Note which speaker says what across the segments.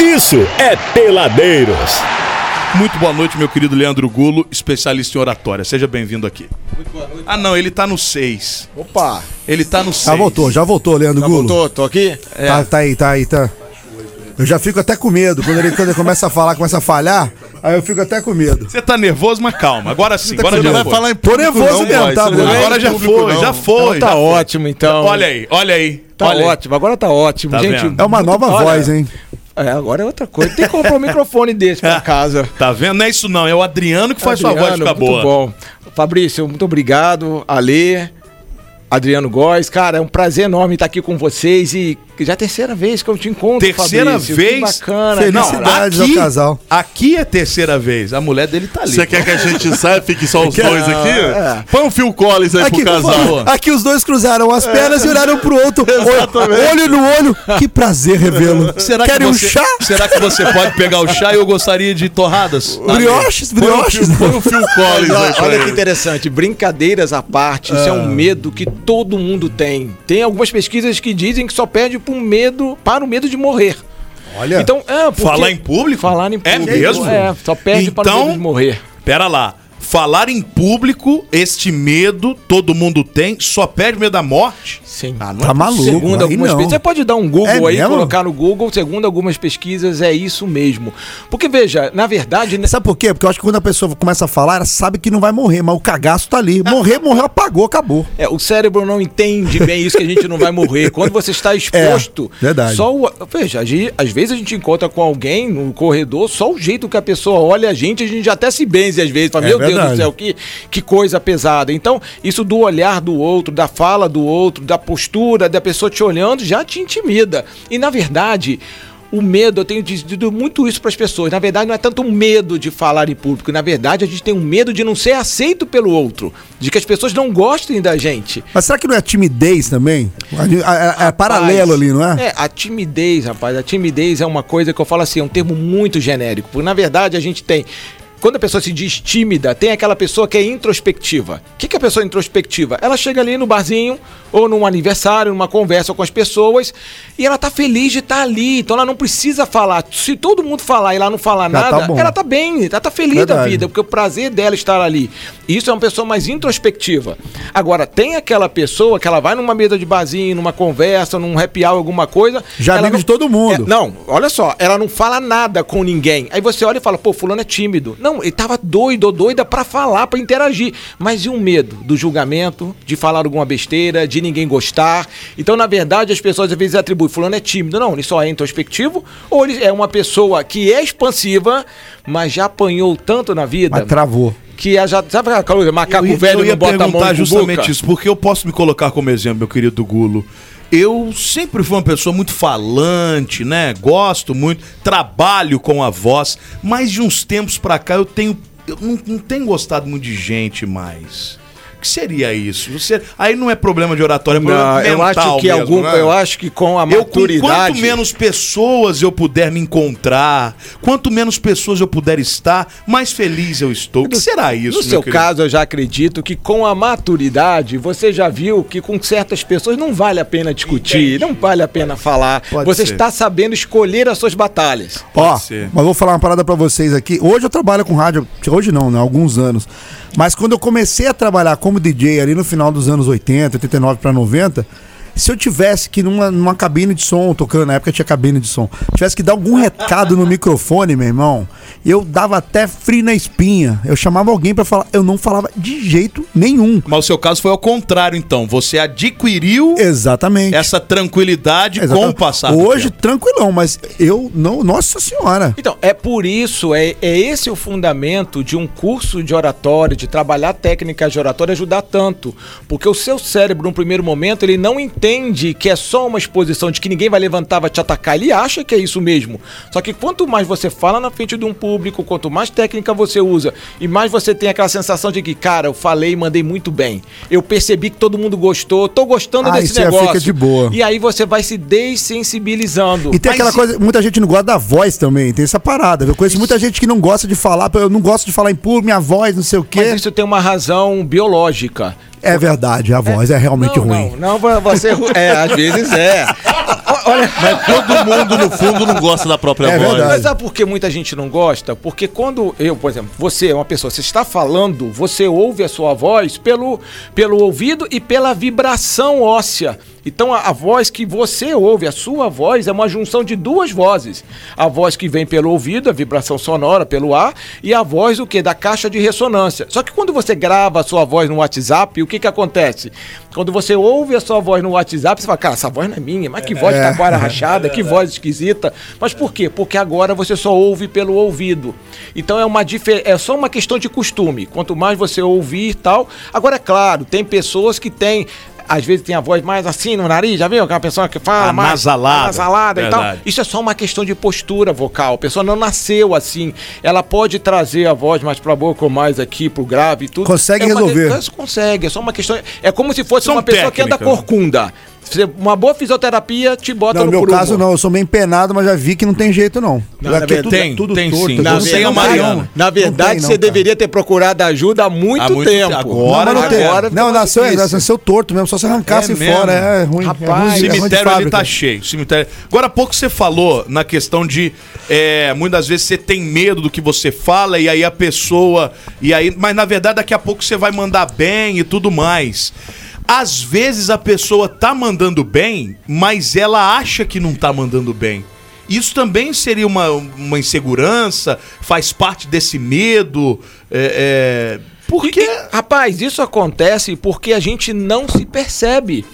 Speaker 1: isso é Peladeiros.
Speaker 2: Muito boa noite, meu querido Leandro Gulo, especialista em oratória. Seja bem-vindo aqui. Muito boa noite. Ah, não, ele tá no 6.
Speaker 3: Opa!
Speaker 2: Ele tá no 6.
Speaker 3: Já Ah, voltou, já voltou, Leandro
Speaker 4: Já
Speaker 3: Gulo.
Speaker 4: voltou, tô aqui? É.
Speaker 3: Tá, tá aí, tá aí, tá. Eu já fico até com medo. Quando ele, quando ele começa a falar, começa a falhar, aí eu fico até com medo.
Speaker 2: Você tá nervoso, mas calma. Agora sim,
Speaker 3: Você tá
Speaker 2: agora
Speaker 3: com
Speaker 2: já
Speaker 3: medo.
Speaker 2: vai falar.
Speaker 4: em
Speaker 3: Tô nervoso mesmo,
Speaker 4: boy,
Speaker 3: tá,
Speaker 4: você não
Speaker 3: Bruno?
Speaker 4: vai
Speaker 2: Agora
Speaker 4: em
Speaker 2: já
Speaker 4: público,
Speaker 2: foi,
Speaker 4: não.
Speaker 2: já foi.
Speaker 4: Então
Speaker 2: já
Speaker 4: tá
Speaker 2: foi.
Speaker 4: ótimo, então.
Speaker 2: Olha aí, olha aí.
Speaker 4: Tá
Speaker 2: olha aí.
Speaker 4: ótimo, agora tá ótimo.
Speaker 2: Tá
Speaker 4: gente,
Speaker 2: vendo?
Speaker 3: É uma nova
Speaker 4: Olha,
Speaker 3: voz, hein?
Speaker 4: É, agora é outra coisa. Tem que comprar um microfone desse pra casa.
Speaker 2: Tá vendo? Não é isso não, é o Adriano que faz sua voz
Speaker 4: Adriano,
Speaker 2: ficar boa.
Speaker 4: muito bom. Fabrício, muito obrigado. Ale, Adriano Góes, cara, é um prazer enorme estar aqui com vocês e já é a terceira vez que eu te encontro,
Speaker 2: Terceira
Speaker 4: Fabrício. Que
Speaker 2: vez.
Speaker 4: bacana.
Speaker 2: Não,
Speaker 4: cara.
Speaker 3: Felicidades ao
Speaker 2: aqui-
Speaker 3: casal.
Speaker 2: Aqui é terceira vez. A mulher dele tá ali.
Speaker 5: Você quer que a gente saia e fique só os dois
Speaker 4: É.
Speaker 5: aqui? Põe o Phil Collins aí pro
Speaker 3: Aqui,
Speaker 2: Tá
Speaker 5: casal.
Speaker 3: aqui os dois cruzaram
Speaker 5: É.
Speaker 3: as pernas e olharam pro outro. Olho, olho no olho. Que prazer revê-lo.
Speaker 2: Será que
Speaker 3: Querem
Speaker 2: você,
Speaker 3: um chá?
Speaker 2: Será que você pode pegar o chá? Eu gostaria de torradas.
Speaker 3: Brioches? Brioches?
Speaker 5: Põe o Phil Collins aí
Speaker 4: Olha,
Speaker 5: pra
Speaker 4: olha que
Speaker 5: ele.
Speaker 4: interessante, brincadeiras à parte, isso é
Speaker 2: Ah.
Speaker 4: um medo que todo mundo tem. Tem algumas pesquisas que dizem que só perde por medo, para o medo de morrer.
Speaker 3: Olha.
Speaker 4: Então, é, porque-
Speaker 2: Falar em público?
Speaker 4: Falar em
Speaker 2: É
Speaker 4: público.
Speaker 2: mesmo?
Speaker 4: É, só perde para o
Speaker 2: Então-
Speaker 4: medo de morrer.
Speaker 2: Pera lá. Falar em público, este medo, todo mundo tem, só perde medo da morte.
Speaker 4: Sim.
Speaker 3: Tá maluco,
Speaker 4: Segundo
Speaker 3: aí
Speaker 4: algumas
Speaker 3: não.
Speaker 4: pesquisas. Você pode dar um Google
Speaker 3: É
Speaker 4: aí,
Speaker 3: mesmo?
Speaker 4: colocar no Google, segundo algumas pesquisas, é isso mesmo. Porque, veja, na verdade, né,
Speaker 3: Sabe por quê? Porque eu acho que quando a pessoa começa a falar, ela sabe que não vai morrer, mas o cagaço tá ali. Morrer, morreu, apagou, acabou.
Speaker 4: é, o cérebro não entende bem isso que a gente não vai morrer. Quando você está exposto,
Speaker 3: É, verdade.
Speaker 4: só o- Veja, a gente- às vezes a gente encontra com alguém no corredor, só o jeito que a pessoa olha a gente, a gente até se benze às vezes, fala,
Speaker 3: É
Speaker 4: meu Deus do
Speaker 3: verdade.
Speaker 4: céu, que, que coisa pesada. Então, isso do olhar do outro, da fala do outro, da postura, da pessoa te olhando, já te intimida. E na verdade. O medo, eu tenho dito muito isso para as pessoas. Na verdade, não é tanto um medo de falar em público. Na verdade, a gente tem um medo de não ser aceito pelo outro. De que as pessoas não gostem da gente.
Speaker 3: Mas será que não é timidez também? É, é- é paralelo ali, não é?
Speaker 4: É, a timidez, rapaz, a timidez é uma coisa que eu falo assim, é um termo muito genérico. Porque, na verdade, a gente tem. Quando a pessoa se diz tímida, tem aquela pessoa que é introspectiva. O que, que é a pessoa introspectiva? Ela chega ali no barzinho, ou num aniversário, numa conversa com as pessoas, e ela tá feliz de estar ali. Então ela não precisa falar. Se todo mundo falar e ela não falar
Speaker 3: Já tá
Speaker 4: nada,
Speaker 3: bom.
Speaker 4: ela tá bem, ela tá feliz da
Speaker 3: Verdade.
Speaker 4: vida, porque o prazer dela estar ali. Isso é uma pessoa mais introspectiva. Agora, tem aquela pessoa que ela vai numa mesa de barzinho, numa conversa, num happy hour, alguma coisa.
Speaker 3: Já
Speaker 4: ela
Speaker 3: amigo de todo mundo.
Speaker 4: É, não, olha só, ela não fala nada com ninguém. Aí você olha e fala, pô, fulano é tímido. Não, ele tava doido ou doida pra falar, pra interagir. Mas e o medo do julgamento, de falar alguma besteira, de ninguém gostar? Então, na verdade, as pessoas às vezes atribuem, fulano é tímido. Não, ele só é introspectivo, ou ele é uma pessoa que é expansiva, mas já apanhou tanto na vida.
Speaker 3: Mas travou.
Speaker 4: Que a já. Sabe aquela coisa? Macaco
Speaker 2: Eu ia-
Speaker 4: velho
Speaker 2: eu ia
Speaker 4: não bota a mão
Speaker 2: perguntar
Speaker 4: no
Speaker 2: justamente
Speaker 4: justamente
Speaker 2: isso, porque eu posso me colocar como exemplo, meu querido Gulo. Eu sempre fui uma pessoa muito falante, né? Gosto muito, trabalho com a voz, mas de uns tempos pra cá eu tenho eu não, não tenho gostado muito de gente mais. O que seria isso? Você- aí não é problema de oratório, é problema
Speaker 4: Não, eu acho
Speaker 2: mental
Speaker 4: que
Speaker 2: mesmo,
Speaker 4: algum,
Speaker 2: né?
Speaker 4: eu acho que com a
Speaker 2: Eu, com
Speaker 4: maturidade
Speaker 2: quanto menos pessoas eu puder me encontrar, quanto menos pessoas eu puder estar, mais feliz eu estou. O que será isso,
Speaker 4: No
Speaker 2: meu
Speaker 4: seu
Speaker 2: querido?
Speaker 4: caso, eu já acredito que com a maturidade, você já viu que com certas pessoas não vale a pena discutir, não vale a pena falar.
Speaker 2: Pode
Speaker 4: você
Speaker 2: ser.
Speaker 4: está sabendo escolher as suas batalhas.
Speaker 3: Ó,
Speaker 2: ser.
Speaker 3: mas vou falar uma parada pra vocês aqui. Hoje eu trabalho com rádio, hoje não, né? Alguns anos. Mas quando eu comecei a trabalhar como DJ ali no final dos anos 80, 89 pra 90, se eu tivesse que numa, numa cabine de som, tocando, na época tinha cabine de som, tivesse que dar algum recado no microfone, meu irmão, eu dava até frio na espinha. Eu chamava alguém pra falar, eu não falava de jeito nenhum.
Speaker 2: Mas o seu caso foi ao contrário, então. Você adquiriu
Speaker 3: Exatamente.
Speaker 2: essa tranquilidade
Speaker 3: Exatamente.
Speaker 2: É com o passar do
Speaker 3: Hoje,
Speaker 2: tempo.
Speaker 3: tranquilão, mas eu não. Nossa senhora.
Speaker 4: Então, é por isso, é, é esse o fundamento de um curso de oratório, de trabalhar técnicas de oratório, ajudar tanto. Porque o seu cérebro, no primeiro momento, ele não entende que é só uma exposição, de que ninguém vai levantar, vai te atacar. Ele acha que é isso mesmo. Só que quanto mais você fala na frente de um público, quanto mais técnica você usa, e mais você tem aquela sensação de que, cara, eu falei, mandei muito bem. Eu percebi que todo mundo gostou, tô gostando
Speaker 3: Ah,
Speaker 4: desse
Speaker 3: isso já
Speaker 4: negócio.
Speaker 3: fica de boa.
Speaker 4: E aí você vai se dessensibilizando.
Speaker 3: E tem
Speaker 4: Mas
Speaker 3: aquela
Speaker 4: e-
Speaker 3: coisa, muita gente não gosta da voz também, tem essa parada. Eu conheço muita gente que não gosta de falar, eu não gosto de falar em público, minha voz, não sei o quê.
Speaker 4: Mas isso tem uma razão biológica.
Speaker 3: É verdade, a voz é, realmente
Speaker 4: não,
Speaker 3: ruim.
Speaker 4: Não, não, vo- você. é, às vezes é. olha.
Speaker 5: Mas todo mundo, no fundo, não gosta da própria
Speaker 3: É
Speaker 5: voz.
Speaker 3: verdade.
Speaker 4: Mas sabe por que muita gente não gosta? Porque quando eu, por exemplo, você é uma pessoa, você está falando, você ouve a sua voz pelo, pelo ouvido e pela vibração óssea. Então a, a voz que você ouve, a sua voz, é uma junção de duas vozes. A voz que vem pelo ouvido, a vibração sonora pelo ar, e a voz do que? Da caixa de ressonância. Só que quando você grava a sua voz no WhatsApp, o que que acontece? Quando você ouve a sua voz no WhatsApp, você fala, cara, essa voz não é minha, mas que voz tá
Speaker 2: É
Speaker 4: agora rachada, que voz esquisita. Mas por quê? Porque agora você só ouve pelo ouvido. Então é uma dife- é só uma questão de costume. Quanto mais você ouvir e tal. Agora, é claro, tem pessoas que têm. Às vezes tem a voz mais assim no nariz, já viu? Aquela pessoa que fala mais
Speaker 2: Anasalada.
Speaker 4: anasalada e tal.
Speaker 2: Verdade.
Speaker 4: Isso é só uma questão de postura vocal. A pessoa não nasceu assim. Ela pode trazer a voz mais pra boca ou mais aqui pro grave e tudo.
Speaker 3: Consegue
Speaker 4: É uma-
Speaker 3: resolver.
Speaker 4: Mas consegue, é só uma questão. É como se fosse
Speaker 2: São
Speaker 4: uma pessoa que anda
Speaker 2: técnicas.
Speaker 4: corcunda. Você- Uma boa fisioterapia te bota
Speaker 3: Não, no
Speaker 4: no
Speaker 3: meu
Speaker 4: prumo.
Speaker 3: caso não, eu sou meio empenado, mas já vi que não tem jeito não.
Speaker 4: Não,
Speaker 3: Já
Speaker 4: na
Speaker 3: que
Speaker 5: é
Speaker 4: verdade,
Speaker 2: tem, tem sim.
Speaker 3: eu
Speaker 2: Na
Speaker 3: não sei
Speaker 2: verdade,
Speaker 3: não
Speaker 2: não
Speaker 3: tem,
Speaker 2: Mariana.
Speaker 3: não.
Speaker 4: Na
Speaker 3: Não
Speaker 4: verdade,
Speaker 3: tem, não, cara.
Speaker 4: você deveria ter procurado ajuda há muito,
Speaker 2: Há muito
Speaker 4: tempo.
Speaker 2: tempo.
Speaker 3: Não,
Speaker 2: Agora-
Speaker 3: mas não tem.
Speaker 4: agora
Speaker 3: Não,
Speaker 4: ficou
Speaker 3: nasceu, é,
Speaker 4: difícil.
Speaker 3: nasceu torto mesmo, só se arrancasse
Speaker 2: É mesmo.
Speaker 3: fora, é ruim.
Speaker 4: Rapaz,
Speaker 3: é ruim, é ruim de
Speaker 2: O cemitério ele
Speaker 3: fábrica.
Speaker 2: tá cheio. o Cemitério. Agora há pouco você falou na questão de é, muitas vezes você tem medo do que você fala e aí a pessoa e aí, mas na verdade daqui a pouco você vai mandar bem e tudo mais. Às vezes a pessoa tá mandando bem, mas ela acha que não tá mandando bem. Isso também seria uma, uma insegurança, faz parte desse medo. É, é,
Speaker 4: Porque, rapaz, isso acontece porque a gente não se percebe.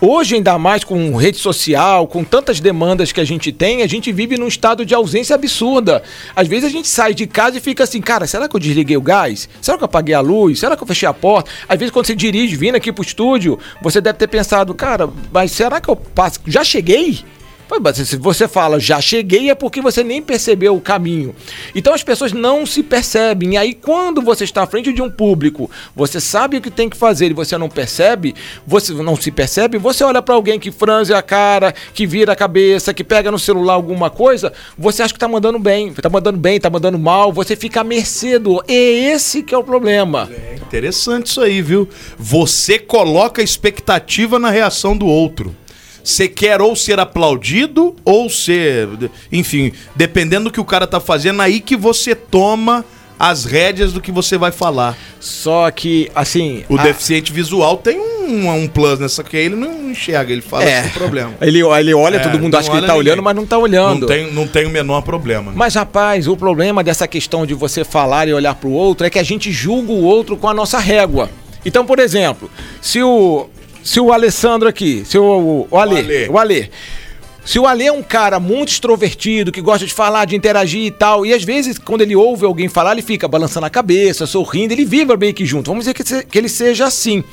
Speaker 4: Hoje, ainda mais com rede social, com tantas demandas que a gente tem, a gente vive num estado de ausência absurda. Às vezes a gente sai de casa e fica assim, cara, será que eu desliguei o gás? Será que eu apaguei a luz? Será que eu fechei a porta? Às vezes, quando você dirige, vindo aqui pro estúdio, você deve ter pensado, cara, mas será que eu passo? Já cheguei? Pô, mas Se você fala já cheguei, é porque você nem percebeu o caminho. Então as pessoas não se percebem. E aí, quando você está à frente de um público, você sabe o que tem que fazer e você não percebe, você não se percebe, você olha para alguém que franze a cara, que vira a cabeça, que pega no celular alguma coisa, você acha que tá mandando bem, tá mandando bem, tá mandando mal, você fica à mercê do. É esse que é o problema.
Speaker 2: é interessante isso aí, viu? Você coloca expectativa na reação do outro. Você quer ou ser aplaudido ou ser. Enfim, dependendo do que o cara tá fazendo, aí que você toma as rédeas do que você vai falar.
Speaker 4: Só que, assim.
Speaker 2: O
Speaker 4: a-
Speaker 2: deficiente visual tem um, um plus nessa que ele não enxerga, ele fala
Speaker 4: É.
Speaker 2: sem problema.
Speaker 4: Ele, ele olha,
Speaker 2: É,
Speaker 4: todo mundo
Speaker 2: não
Speaker 4: acha que ele
Speaker 2: olha
Speaker 4: tá
Speaker 2: ninguém.
Speaker 4: olhando, mas não tá olhando.
Speaker 2: Não tem, não tem o menor problema.
Speaker 4: Uhum.
Speaker 2: né?
Speaker 4: Mas rapaz, o problema dessa questão de você falar e olhar pro outro é que a gente julga o outro com a nossa régua. Então, por exemplo, se o se o Alessandro aqui, se o, o Ale,
Speaker 2: O Ale.
Speaker 4: o Ale se o Ale é um cara muito extrovertido, que gosta de falar, de interagir e tal, e às vezes quando ele ouve alguém falar, ele fica balançando a cabeça, sorrindo, ele vibra meio que junto. Vamos dizer que, se- que ele seja assim.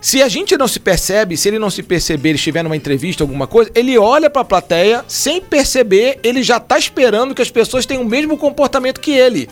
Speaker 4: Se a gente não se percebe, se ele não se perceber, ele estiver numa entrevista, alguma coisa, ele olha pra plateia, sem perceber, ele já tá esperando que as pessoas tenham o mesmo comportamento que ele.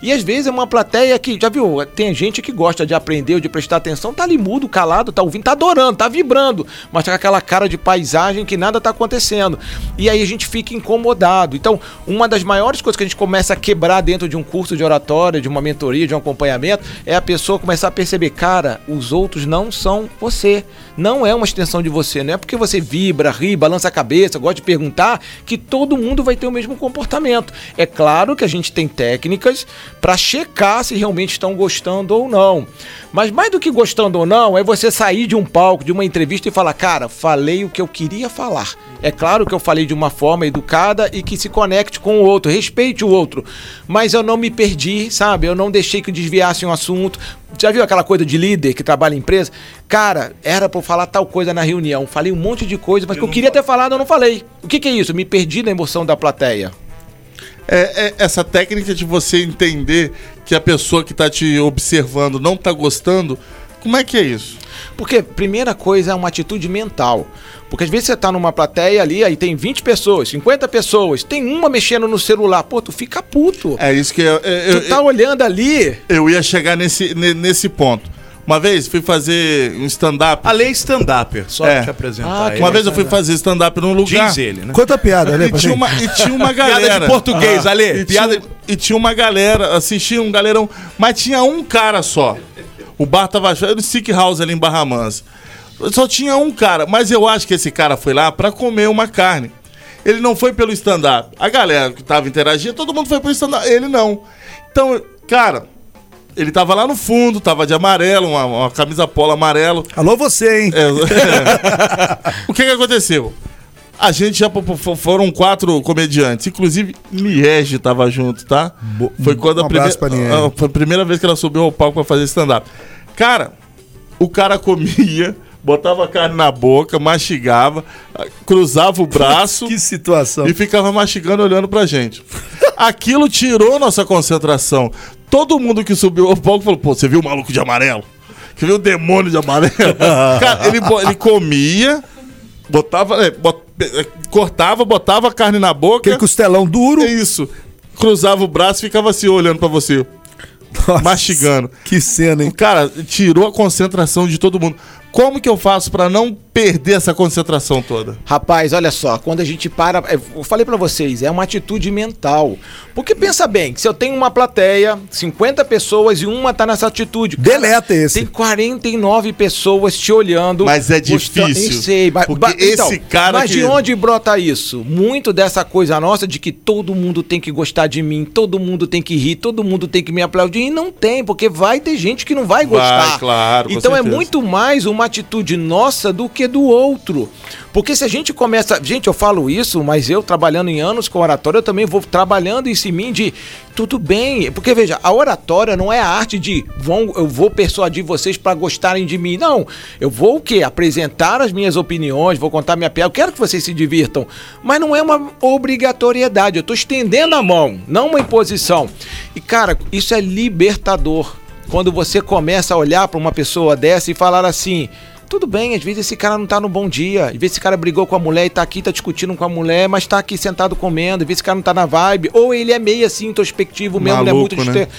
Speaker 4: E às vezes é uma plateia que, já viu, tem gente que gosta de aprender ou de prestar atenção, tá ali mudo, calado, tá ouvindo, tá adorando, tá vibrando, mas tá com aquela cara de paisagem que nada tá acontecendo. E aí a gente fica incomodado. Então, uma das maiores coisas que a gente começa a quebrar dentro de um curso de oratória, de uma mentoria, de um acompanhamento, é a pessoa começar a perceber, cara, os outros não são você. Não é uma extensão de você, não é porque você vibra, ri, balança a cabeça, gosta de perguntar, que todo mundo vai ter o mesmo comportamento. É claro que a gente tem técnicas para checar se realmente estão gostando ou não. Mas mais do que gostando ou não, é você sair de um palco, de uma entrevista e falar, cara, falei o que eu queria falar. É claro que eu falei de uma forma educada e que se conecte com o outro, respeite o outro. Mas eu não me perdi, sabe? Eu não deixei que desviassem o assunto. Já viu aquela coisa de líder que trabalha em empresa? Cara, era pra eu falar tal coisa na reunião. Falei um monte de coisa, mas que eu queria ter falado, eu não falei. O que, que é isso? Eu Me perdi na emoção da plateia.
Speaker 5: É, é essa técnica de você entender que a pessoa que tá te observando não tá gostando, como é que é isso?
Speaker 4: Porque, primeira coisa, é uma atitude mental. Porque às vezes você tá numa plateia ali, aí tem 20 pessoas, 50 pessoas, tem uma mexendo no celular. Pô, tu fica puto.
Speaker 5: É isso que eu, eu,
Speaker 4: tu tá olhando ali.
Speaker 5: eu- eu ia chegar nesse, ne- nesse ponto. Uma vez fui fazer um stand-up.
Speaker 2: A lei é stand-upper, só
Speaker 5: É.
Speaker 2: te
Speaker 4: Ah,
Speaker 2: apresentar.
Speaker 4: que
Speaker 2: aí.
Speaker 5: Uma vez eu fui fazer stand-up num lugar.
Speaker 2: Diz ele, né?
Speaker 3: Conta a piada, né?
Speaker 5: E tinha, uma, e tinha uma galera.
Speaker 2: Piada de português,
Speaker 5: Ah.
Speaker 2: Ale.
Speaker 5: E,
Speaker 2: Piada
Speaker 5: tinha, e tinha uma galera, assistia um galerão, mas tinha um cara só. O bar tava cheio, era o Sick House ali em Barra Mansa. Só tinha um cara, mas eu acho que esse cara foi lá pra comer uma carne. Ele não foi pelo stand-up. A galera que tava interagindo, todo mundo foi pelo stand-up. Ele não. Então, cara, ele tava lá no fundo, tava de amarelo, uma, uma camisa polo amarelo.
Speaker 3: Alô, você, hein?
Speaker 5: É. o que que aconteceu? A gente já po- po- foram quatro comediantes, inclusive Liege tava junto, tá? Foi quando a
Speaker 3: um
Speaker 5: primeira
Speaker 3: abraço pra Liege.
Speaker 5: ah, foi a primeira vez que ela subiu ao palco pra fazer stand up. Cara, o cara comia, botava a carne na boca, mastigava, ah, cruzava o braço
Speaker 3: Que situação.
Speaker 5: e ficava mastigando olhando pra gente. Aquilo tirou nossa concentração. Todo mundo que subiu ao palco falou: pô, você viu o maluco de amarelo? Você viu o demônio de amarelo? Cara, ele, bo- ele comia, botava, é, bot- é, cortava, botava a carne na boca.
Speaker 3: Aquele costelão duro.
Speaker 5: É isso. Cruzava o braço e ficava assim olhando pra você.
Speaker 3: Nossa,
Speaker 5: mastigando.
Speaker 3: Que cena, hein?
Speaker 5: Cara, tirou a concentração de todo mundo. Como que eu faço pra não perder essa concentração toda?
Speaker 4: Rapaz, olha só, quando a gente para, é, eu falei pra vocês, é uma atitude mental. Porque pensa bem, se eu tenho uma plateia, 50 pessoas e uma tá nessa atitude. cara,
Speaker 3: Deleta esse.
Speaker 4: Tem 49 pessoas te olhando.
Speaker 5: Mas é
Speaker 4: mostra-
Speaker 5: difícil,
Speaker 4: Eu sei, mas,
Speaker 5: porque
Speaker 4: ba- então,
Speaker 5: esse cara
Speaker 4: mas
Speaker 5: que-
Speaker 4: de onde brota isso? Muito dessa coisa nossa de que todo mundo tem que gostar de mim, todo mundo tem que rir, todo mundo tem que me aplaudir. E não tem, porque vai ter gente que não vai gostar.
Speaker 5: claro, com
Speaker 4: Então é
Speaker 5: certeza.
Speaker 4: muito muito mais uma atitude nossa do que do outro. Porque se a gente começa. Gente, eu falo isso, mas eu trabalhando em anos com oratória, eu também vou trabalhando isso em mim de tudo bem. Porque veja, a oratória não é a arte de vão, eu vou persuadir vocês para gostarem de mim. Não. Eu vou o quê? Apresentar as minhas opiniões, vou contar minha piada. Eu quero que vocês se divirtam. Mas não é uma obrigatoriedade. Eu tô estendendo a mão, não uma imposição. E cara, isso é libertador quando você começa a olhar para uma pessoa dessa e falar assim: tudo bem, às vezes esse cara não tá no bom dia, às vezes esse cara brigou com a mulher e tá aqui, tá discutindo com a mulher, mas tá aqui sentado comendo, às vezes esse cara não tá na vibe, ou ele é meio assim introspectivo mesmo, ele é
Speaker 5: Maluco,
Speaker 4: muito
Speaker 5: né?
Speaker 4: distante.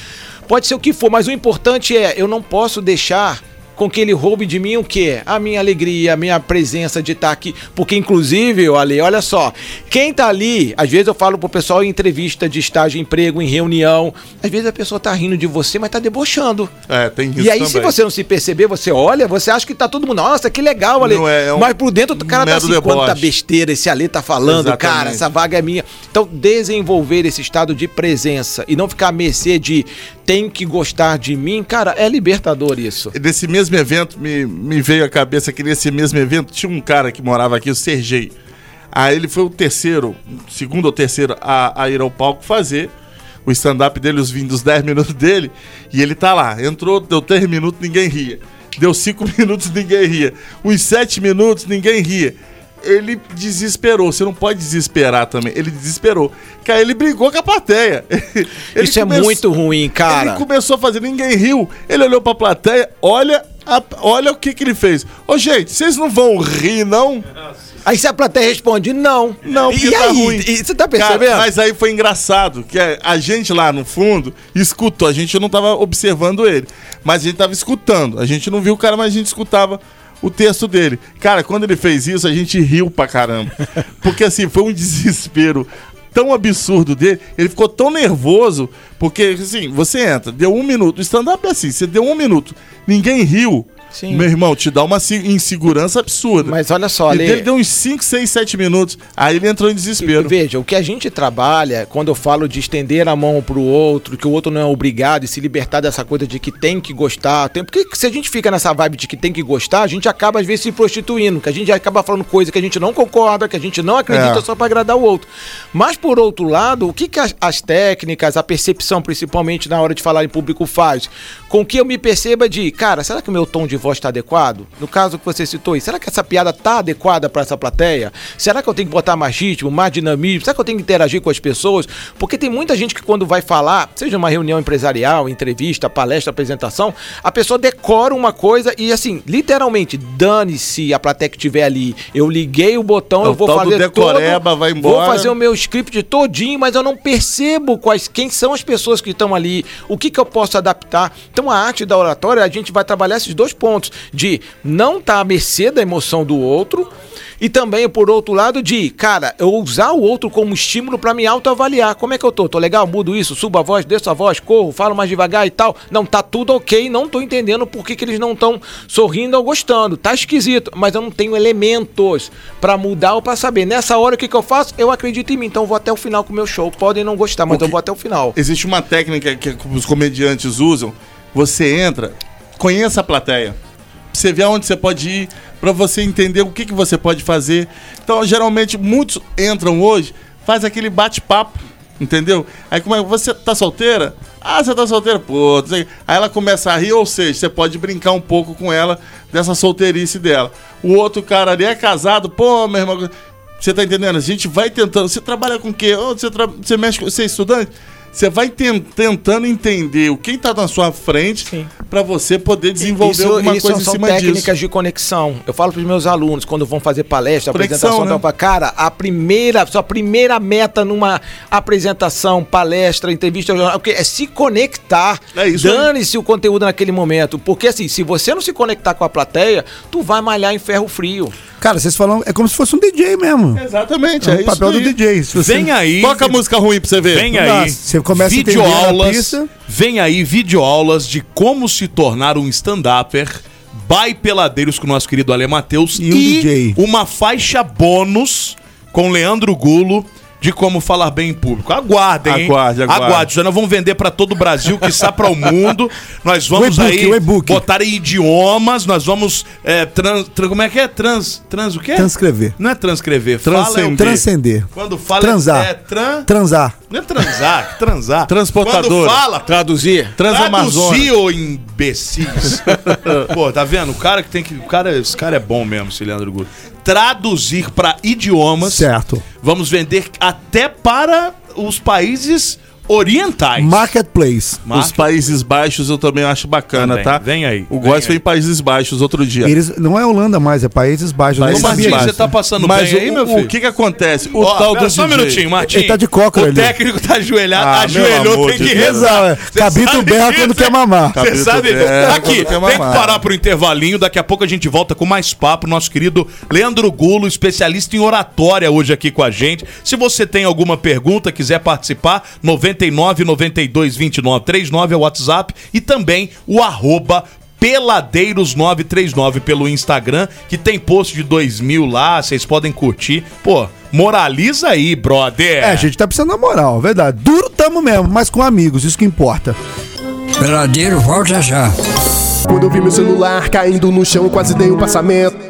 Speaker 4: Pode ser o que for, mas o importante é, eu não posso deixar com que ele roube de mim o quê? A minha alegria, a minha presença de estar aqui. Porque, inclusive, ô Ale, olha só, quem tá ali, às vezes eu falo pro pessoal em entrevista de estágio, emprego, em reunião, às vezes a pessoa tá rindo de você, mas tá debochando.
Speaker 5: É, tem isso
Speaker 4: E aí, se
Speaker 5: também.
Speaker 4: você não se perceber, você olha, você acha que tá todo mundo, nossa, que legal, Ale.
Speaker 5: Não é, é um
Speaker 4: Mas por dentro o cara tá
Speaker 5: mero
Speaker 4: assim, quanta
Speaker 5: deboche."
Speaker 4: besteira esse Ale tá falando, cara,
Speaker 5: Exatamente.
Speaker 4: essa vaga é minha. Então, desenvolver esse estado de presença e não ficar à mercê de tem que gostar de mim, cara, é libertador isso.
Speaker 5: Nesse mesmo evento, me, me veio à cabeça que nesse mesmo evento tinha um cara que morava aqui, o Sergei. Aí ele foi o terceiro, segundo ou terceiro, a, a ir ao palco fazer o stand-up dele, os vindos 10 minutos dele. E ele tá lá. Entrou, deu 3 minutos, ninguém ria. Deu 5 minutos, ninguém ria. Os 7 minutos, ninguém ria. Ele desesperou. Você não pode desesperar também. Ele desesperou. Cara, ele brigou com a plateia. Ele
Speaker 4: isso é
Speaker 5: começou-
Speaker 4: muito ruim, cara.
Speaker 5: ele começou a fazer, ninguém riu. Ele olhou pra plateia, olha, a- olha o que que ele fez. Ô, gente, vocês não vão rir, não?
Speaker 4: Aí se a plateia responde, não.
Speaker 5: Não, porque
Speaker 4: e
Speaker 5: tá
Speaker 4: aí?
Speaker 5: ruim.
Speaker 4: E você tá
Speaker 5: Cara,
Speaker 4: percebendo?
Speaker 5: mas aí foi engraçado, que é, a- a gente lá no fundo escutou, a gente não tava observando ele, mas a gente tava escutando. A gente não viu o cara, mas a gente escutava o texto dele. Cara, quando ele fez isso, a gente riu pra caramba. Porque assim, foi um desespero tão absurdo dele, ele ficou tão nervoso, porque assim, você entra, deu um minuto, o stand-up é assim, você deu um minuto, ninguém riu.
Speaker 4: Sim.
Speaker 5: Meu irmão, te dá uma se- insegurança absurda.
Speaker 4: Mas olha só,
Speaker 5: E
Speaker 4: Ale-
Speaker 5: dele deu uns 5, 6, 7 minutos. Aí ele entrou em desespero.
Speaker 4: Veja, o que a gente trabalha, quando eu falo de estender a mão pro outro, que o outro não é obrigado e se libertar dessa coisa de que tem que gostar, tem... porque se a gente fica nessa vibe de que tem que gostar, a gente acaba às vezes se prostituindo, que a gente acaba falando coisa que a gente não concorda, que a gente não acredita
Speaker 5: É.
Speaker 4: só pra agradar o outro. Mas por outro lado, o que, que as, as técnicas, a percepção principalmente na hora de falar em público faz? Com que eu me perceba de, cara, será que o meu tom de voz tá adequado? No caso que você citou aí, será que essa piada tá adequada pra essa plateia? Será que eu tenho que botar mais ritmo, mais dinamismo? Será que eu tenho que interagir com as pessoas? Porque tem muita gente que quando vai falar, seja uma reunião empresarial, entrevista, palestra, apresentação, a pessoa decora uma coisa e assim, literalmente, dane-se a plateia que tiver ali. Eu liguei o botão,
Speaker 5: É o
Speaker 4: eu vou
Speaker 5: tal do
Speaker 4: fazer
Speaker 5: decoreba,
Speaker 4: todo,
Speaker 5: vai
Speaker 4: Vou
Speaker 5: embora.
Speaker 4: fazer o meu script todinho, mas eu não percebo quais quem são as pessoas que estão ali, o que, que eu posso adaptar. Então a arte da tá oratória, a gente vai trabalhar esses dois pontos, de não estar à mercê da emoção do outro E também, por outro lado, de, cara, eu usar o outro como estímulo pra me autoavaliar. Como é que eu tô? Tô legal? Mudo isso, subo a voz, desço a voz, corro, falo mais devagar e tal. Não, tá tudo ok, não tô entendendo por que, que eles não estão sorrindo ou gostando. Tá esquisito, mas eu não tenho elementos pra mudar ou pra saber. Nessa hora, o que, que eu faço? Eu acredito em mim, então eu vou até o final com o meu show. Podem não gostar, mas
Speaker 5: O que-
Speaker 4: eu vou até o final.
Speaker 5: Existe uma técnica que os comediantes usam. Você entra, conheça a plateia. Pra você ver aonde você pode ir, pra você entender o que, que você pode fazer. Então, geralmente, muitos entram hoje, faz aquele bate-papo, entendeu? Aí como é, você tá solteira? Ah, você tá solteira? Pô, não sei o quê. aí ela começa a rir, ou seja, você pode brincar um pouco com ela dessa solteirice dela. O outro cara ali é casado, pô, meu irmão. Você tá entendendo? A gente vai tentando. Você trabalha com o quê? Oh, Você, tra- você mexe com. Você é estudante? Você vai ten- tentando entender o que tá na sua frente
Speaker 4: Sim.
Speaker 5: pra você poder desenvolver alguma coisa em
Speaker 4: são
Speaker 5: cima
Speaker 4: técnicas
Speaker 5: disso.
Speaker 4: de conexão. Eu falo para os meus alunos quando vão fazer palestra,
Speaker 5: Conexão,
Speaker 4: apresentação,
Speaker 5: né?
Speaker 4: eu falo, cara, a primeira, sua primeira meta numa apresentação, palestra, entrevista, jornal, porque é se conectar.
Speaker 5: É isso aí.
Speaker 4: Dane-se o conteúdo naquele momento, porque assim, se você não se conectar com a plateia, tu vai malhar em ferro frio.
Speaker 3: Cara, vocês falam, é como se fosse um DJ mesmo.
Speaker 5: Exatamente,
Speaker 3: É,
Speaker 5: é,
Speaker 3: o
Speaker 5: isso
Speaker 3: papel do
Speaker 5: aí.
Speaker 3: DJ. Se você-
Speaker 2: Vem aí.
Speaker 5: Toca a música ruim pra você ver.
Speaker 2: Vem
Speaker 3: Nossa,
Speaker 2: aí.
Speaker 3: você começa a entender na
Speaker 2: videoaulas.
Speaker 3: pista.
Speaker 2: Vem aí videoaulas de como se tornar um stand-upper. By Peladeiros com o nosso querido Ale Matheus
Speaker 3: E um DJ.
Speaker 2: uma faixa bônus com Leandro Gulo de como falar bem em público. Aguardem, hein?
Speaker 5: Aguarde, aguarde.
Speaker 2: Aguarde. Nós vamos vender para todo o Brasil, que está para o mundo. Nós vamos
Speaker 3: O e-book,
Speaker 2: aí
Speaker 3: o e-book.
Speaker 2: botar em idiomas, nós vamos é, trans, tran- como é que é? Trans, trans o quê?
Speaker 3: Transcrever.
Speaker 2: Não é transcrever,
Speaker 5: Transcender.
Speaker 2: fala é o quê?
Speaker 3: Transcender.
Speaker 2: Quando fala é-
Speaker 3: Transar.
Speaker 2: é tran-
Speaker 3: Transar.
Speaker 2: não é transar, que transar.
Speaker 5: Transportadora.
Speaker 2: Quando fala,
Speaker 4: Traduzir.
Speaker 5: Transamazônica.
Speaker 2: traduzir, ô imbecis. Pô, tá vendo? O cara que tem que... O cara, esse cara é bom mesmo, esse Leandro Guto. Traduzir pra idiomas.
Speaker 3: Certo.
Speaker 2: Vamos vender até para os países orientais.
Speaker 3: Marketplace.
Speaker 5: Os Países Baixos eu também acho bacana,
Speaker 2: Também.
Speaker 5: tá?
Speaker 2: Vem aí,
Speaker 5: O
Speaker 2: vem
Speaker 5: Góis foi
Speaker 2: aí.
Speaker 5: em Países Baixos outro dia.
Speaker 3: Eles, não é Holanda mais, é Países Baixos.
Speaker 5: Países
Speaker 3: Eu não sabia
Speaker 2: Baixos.
Speaker 3: disso.
Speaker 2: você tá passando
Speaker 5: Mas
Speaker 2: bem
Speaker 5: o,
Speaker 2: aí, meu
Speaker 5: o
Speaker 2: filho?
Speaker 5: que que acontece? O
Speaker 2: Ó,
Speaker 5: tal
Speaker 2: pera
Speaker 5: do
Speaker 2: só um
Speaker 5: DJ.
Speaker 2: minutinho, Martinho.
Speaker 3: Ele tá de cócora
Speaker 2: O
Speaker 3: ali.
Speaker 2: técnico tá ajoelhado,
Speaker 5: Ah, meu
Speaker 2: ajoelhou,
Speaker 5: amor
Speaker 2: tem
Speaker 5: de
Speaker 2: que
Speaker 5: Deus.
Speaker 2: rezar.
Speaker 3: Exato, é.
Speaker 2: Você
Speaker 3: Cabito
Speaker 2: sabe
Speaker 3: berra
Speaker 2: disso,
Speaker 3: quando
Speaker 2: né?
Speaker 3: quer mamar.
Speaker 2: Você
Speaker 5: Capítulo
Speaker 2: sabe? tá Aqui,
Speaker 5: dez, quando quer
Speaker 2: tem que
Speaker 5: mamar.
Speaker 2: parar pro um intervalinho. Daqui a pouco a gente volta com mais papo. Nosso querido Leandro Gulo, especialista em oratória, hoje aqui com a gente. Se você tem alguma pergunta, quiser participar, 99 92 29 39 é o WhatsApp e também o arroba Peladeiros939 pelo Instagram, que tem post de 2 mil lá, vocês podem curtir. Pô, moraliza aí, brother.
Speaker 3: É, a gente tá precisando da moral, verdade. Duro tamo mesmo, mas com amigos, isso que importa.
Speaker 6: Peladeiro, volta já.
Speaker 1: Quando eu vi meu celular caindo no chão, eu quase dei um passamento.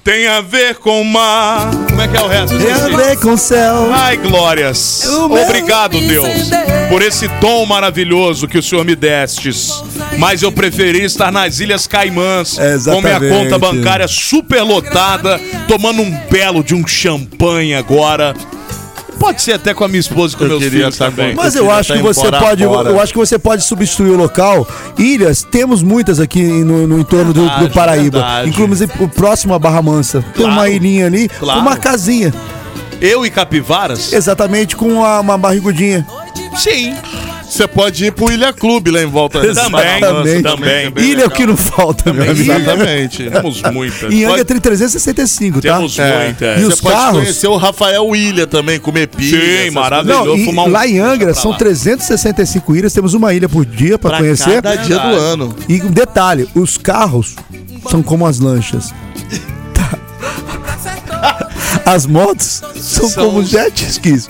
Speaker 2: Tem a ver com o mar. Como é que é o resto?
Speaker 3: Eu
Speaker 2: Esqueci.
Speaker 3: andei com o céu.
Speaker 2: Ai, glórias. Obrigado, Deus, por esse dom maravilhoso que o Senhor me destes. Mas eu preferi estar nas Ilhas Caimãs, com minha
Speaker 3: Exatamente.
Speaker 2: conta bancária superlotada, tomando um belo de um champanhe agora. Pode ser até com a minha esposa e com
Speaker 5: Eu
Speaker 2: meus
Speaker 5: queria
Speaker 2: filhos tá
Speaker 5: estar
Speaker 2: também.
Speaker 5: com-
Speaker 3: Mas
Speaker 5: Eu
Speaker 3: eu
Speaker 5: queria
Speaker 3: acho que
Speaker 5: estar em
Speaker 3: você
Speaker 5: Bora
Speaker 3: pode,
Speaker 5: Bora.
Speaker 3: eu acho que você pode substituir o local. Ilhas, temos muitas aqui no, no entorno do, do
Speaker 2: Verdade,
Speaker 3: Paraíba.
Speaker 2: verdade.
Speaker 3: Inclusive o próximo a Barra Mansa. Tem
Speaker 2: Claro,
Speaker 3: uma ilhinha ali,
Speaker 2: claro.
Speaker 3: uma casinha,
Speaker 2: Eu e capivaras?
Speaker 3: exatamente com a- uma barrigudinha.
Speaker 2: Sim.
Speaker 5: Você pode ir pro Ilha Clube lá em volta.
Speaker 7: Também,
Speaker 5: Nossa,
Speaker 7: também.
Speaker 5: bem
Speaker 3: Ilha é o
Speaker 5: legal.
Speaker 3: que não falta, meu amigo.
Speaker 5: Exatamente.
Speaker 2: Temos muitas.
Speaker 3: Em Angra
Speaker 5: Pode-
Speaker 3: tem 365, tá?
Speaker 2: Temos
Speaker 5: É.
Speaker 2: muitas.
Speaker 3: E
Speaker 5: Você
Speaker 3: os
Speaker 5: pode
Speaker 3: carros?
Speaker 5: conhecer o Rafael Ilha também, comer pizza.
Speaker 2: Sim,
Speaker 5: essas
Speaker 2: maravilhoso.
Speaker 3: Não,
Speaker 2: Melhor
Speaker 3: e
Speaker 2: fumar um
Speaker 3: lá em Angra
Speaker 2: pra
Speaker 3: são
Speaker 2: lá.
Speaker 3: 365 ilhas, temos uma ilha por dia pra,
Speaker 5: coisas.
Speaker 3: conhecer.
Speaker 5: Cada dia do ano.
Speaker 3: E um detalhe, os carros são como as lanchas. Tá. As motos são,
Speaker 5: São
Speaker 3: como
Speaker 5: os-
Speaker 3: jet skis.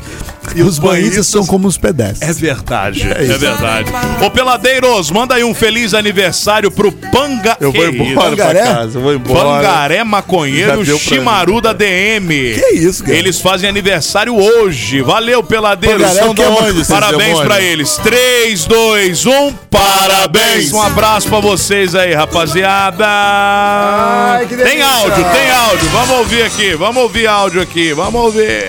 Speaker 3: E os banhistas são como os pedestres.
Speaker 7: verdade.
Speaker 2: É, verdade. Ô, Peladeiros, manda aí um feliz aniversário pro Panga.
Speaker 5: Eu vou
Speaker 2: Que
Speaker 5: embora pra
Speaker 3: Pangaré?
Speaker 5: casa, eu vou embora.
Speaker 2: Pangaré Maconheiro
Speaker 5: Já deu pra
Speaker 2: Chimaru da DM.
Speaker 3: Que isso, cara?
Speaker 2: Eles fazem aniversário hoje. Valeu, peladeiros.
Speaker 3: Pangaré,
Speaker 2: São
Speaker 3: que é
Speaker 2: do-
Speaker 3: uma-
Speaker 5: Onde, esses
Speaker 2: Parabéns
Speaker 5: demônios?
Speaker 2: pra eles. 3, 2, 1, parabéns. Um abraço pra vocês aí, rapaziada.
Speaker 3: que
Speaker 2: tem
Speaker 3: delícia.
Speaker 2: áudio, tem áudio. Vamos ouvir aqui, vamos ouvir áudio aqui, vamos ouvir.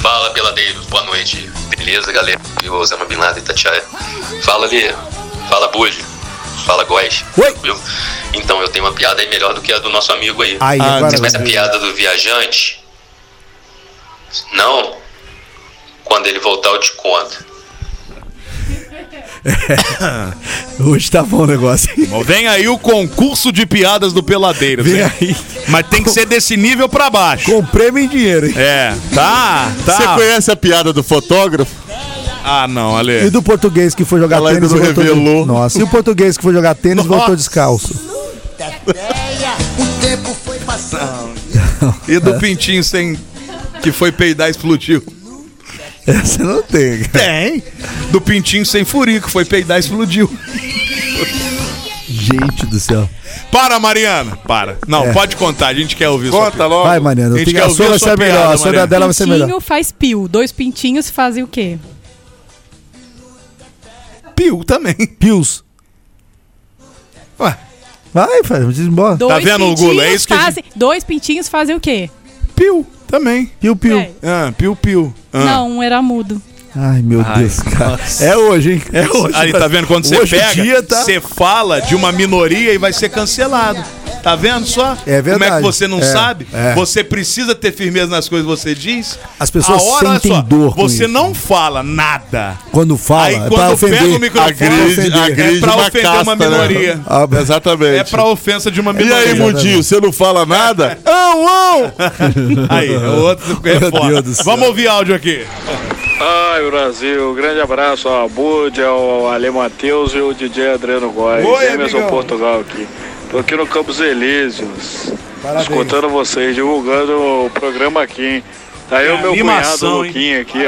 Speaker 8: Fala, peladeiros. Boa noite. Beleza, galera? Eu, Osama Bin Laden, Tatiaia. Fala, Lê. Fala, Budi. Fala, Góis.
Speaker 3: Oi.
Speaker 8: Viu? Então, eu tenho uma piada aí melhor do que a do nosso amigo aí.
Speaker 3: Aí,
Speaker 5: Ah,
Speaker 3: agora
Speaker 5: mas
Speaker 8: Você conhece a piada do viajante? Não? Quando ele voltar, eu te conto.
Speaker 3: hoje tá bom o negócio.
Speaker 2: Bom, Vem aí o concurso de piadas do Peladeiros.
Speaker 3: Vem
Speaker 2: hein?
Speaker 3: aí.
Speaker 2: Mas tem que ser desse nível pra baixo.
Speaker 3: Com prêmio em dinheiro, hein?
Speaker 2: É, tá, tá.
Speaker 5: Você conhece a piada do fotógrafo?
Speaker 2: Ah, não, Ale.
Speaker 3: E do português que foi jogar
Speaker 5: Ela ainda
Speaker 3: tênis
Speaker 5: não
Speaker 3: voltou de-
Speaker 5: revelou.
Speaker 3: Nossa, e o português que foi jogar tênis voltou
Speaker 5: Nossa.
Speaker 3: descalço.
Speaker 7: E do pintinho sem. Que foi peidar e explodiu.
Speaker 3: Essa não tem. cara.
Speaker 7: Tem. Do pintinho sem furico, foi peidar e explodiu.
Speaker 3: Gente do céu.
Speaker 2: Para, Mariana. Para. Não,
Speaker 3: É.
Speaker 2: pode contar, a gente quer ouvir. sua
Speaker 5: Conta logo.
Speaker 3: Vai, Mariana,
Speaker 2: A
Speaker 3: eu
Speaker 2: gente
Speaker 3: tenho-
Speaker 2: quer
Speaker 3: a
Speaker 2: ouvir
Speaker 3: sua
Speaker 2: a
Speaker 3: vai
Speaker 2: sua
Speaker 3: ser a melhor.
Speaker 2: piada,
Speaker 3: A sua
Speaker 2: Mariana.
Speaker 3: dela vai ser a melhor.
Speaker 9: Pintinho faz pio. Dois pintinhos fazem o quê?
Speaker 7: Piu também.
Speaker 3: Pius.
Speaker 7: Ué.
Speaker 3: Vai, faz, diz embora.
Speaker 9: Dois
Speaker 2: Tá vendo,
Speaker 9: pintinhos
Speaker 2: Gulo? É isso que a
Speaker 9: fazem... Dois pintinhos fazem o quê?
Speaker 7: Piu também.
Speaker 3: Piu, piu.
Speaker 9: É.
Speaker 7: Ah, piu, piu. Ah.
Speaker 9: Não, um era mudo.
Speaker 3: Ai, meu Deus, cara. É hoje, hein? É hoje.
Speaker 2: Aí, tá vendo? Quando você
Speaker 3: Hoje o
Speaker 2: pega,
Speaker 3: dia tá-
Speaker 2: você fala de uma minoria e vai ser cancelado. Tá vendo só?
Speaker 3: É verdade.
Speaker 2: Como é que você não
Speaker 3: É,
Speaker 2: sabe?
Speaker 3: é.
Speaker 2: Você precisa ter firmeza nas coisas que você diz.
Speaker 3: As pessoas
Speaker 2: a hora, olha
Speaker 3: sentem
Speaker 2: só,
Speaker 3: dor com
Speaker 2: Você
Speaker 3: isso.
Speaker 2: não fala nada.
Speaker 3: Quando fala,
Speaker 2: Aí
Speaker 3: é pra
Speaker 2: quando
Speaker 3: ofender.
Speaker 2: pega o microfone,
Speaker 5: Agride, agride
Speaker 2: é pra
Speaker 5: uma
Speaker 2: ofender
Speaker 5: casta,
Speaker 2: uma
Speaker 5: né?
Speaker 2: minoria.
Speaker 3: Ah, bom.
Speaker 5: Exatamente.
Speaker 2: É pra ofensa de uma
Speaker 5: E
Speaker 2: minoria.
Speaker 5: aí, Mundinho, você não fala nada? Não, não!
Speaker 2: Aí, o outro é
Speaker 3: Meu
Speaker 2: foda.
Speaker 3: Deus do céu.
Speaker 2: Vamos ouvir áudio aqui.
Speaker 10: Ai, Brasil, um grande abraço ao Bud, ao Ale Matheus e ao DJ Adriano Góes.
Speaker 7: Oi,
Speaker 10: Emerson
Speaker 7: amigão.
Speaker 10: Portugal aqui. Tô aqui no Campos Elíseos,
Speaker 3: Parabéns.
Speaker 10: escutando vocês, divulgando o programa aqui, hein? Aí o meu
Speaker 2: É animação,
Speaker 10: cunhado, o
Speaker 2: hein?
Speaker 10: Luquinha, aqui,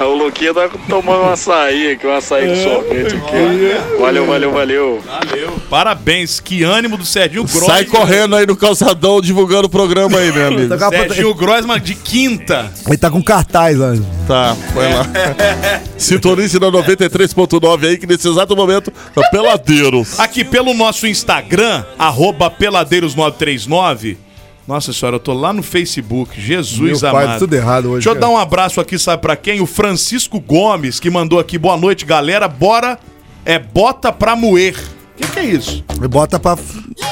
Speaker 10: ó. O Luquinha tá tomando um açaí aqui, um açaí
Speaker 2: É,
Speaker 10: de sorvete aqui, ó. Valeu, valeu, valeu.
Speaker 2: Parabéns, que ânimo do Serginho Gross.
Speaker 5: Sai correndo aí no calçadão divulgando o programa aí, meu amigo.
Speaker 3: Daqui a pouco-
Speaker 2: Serginho Grossman de quinta.
Speaker 3: Ele tá com cartaz lá.
Speaker 5: Tá, foi lá. Sintonize na 93.9 aí, que nesse exato momento tá peladeiros.
Speaker 2: Aqui pelo nosso Instagram, arroba peladeiros939. Nossa senhora, eu tô lá no Facebook. Jesus
Speaker 3: Meu pai,
Speaker 2: amado.
Speaker 3: tudo errado hoje,
Speaker 2: Deixa eu
Speaker 3: cara.
Speaker 2: dar um abraço aqui, sabe pra quem? O Francisco Gomes, que mandou aqui. Boa noite, galera. Bora. É bota pra moer. O que, que é isso?
Speaker 3: Ele bota pra.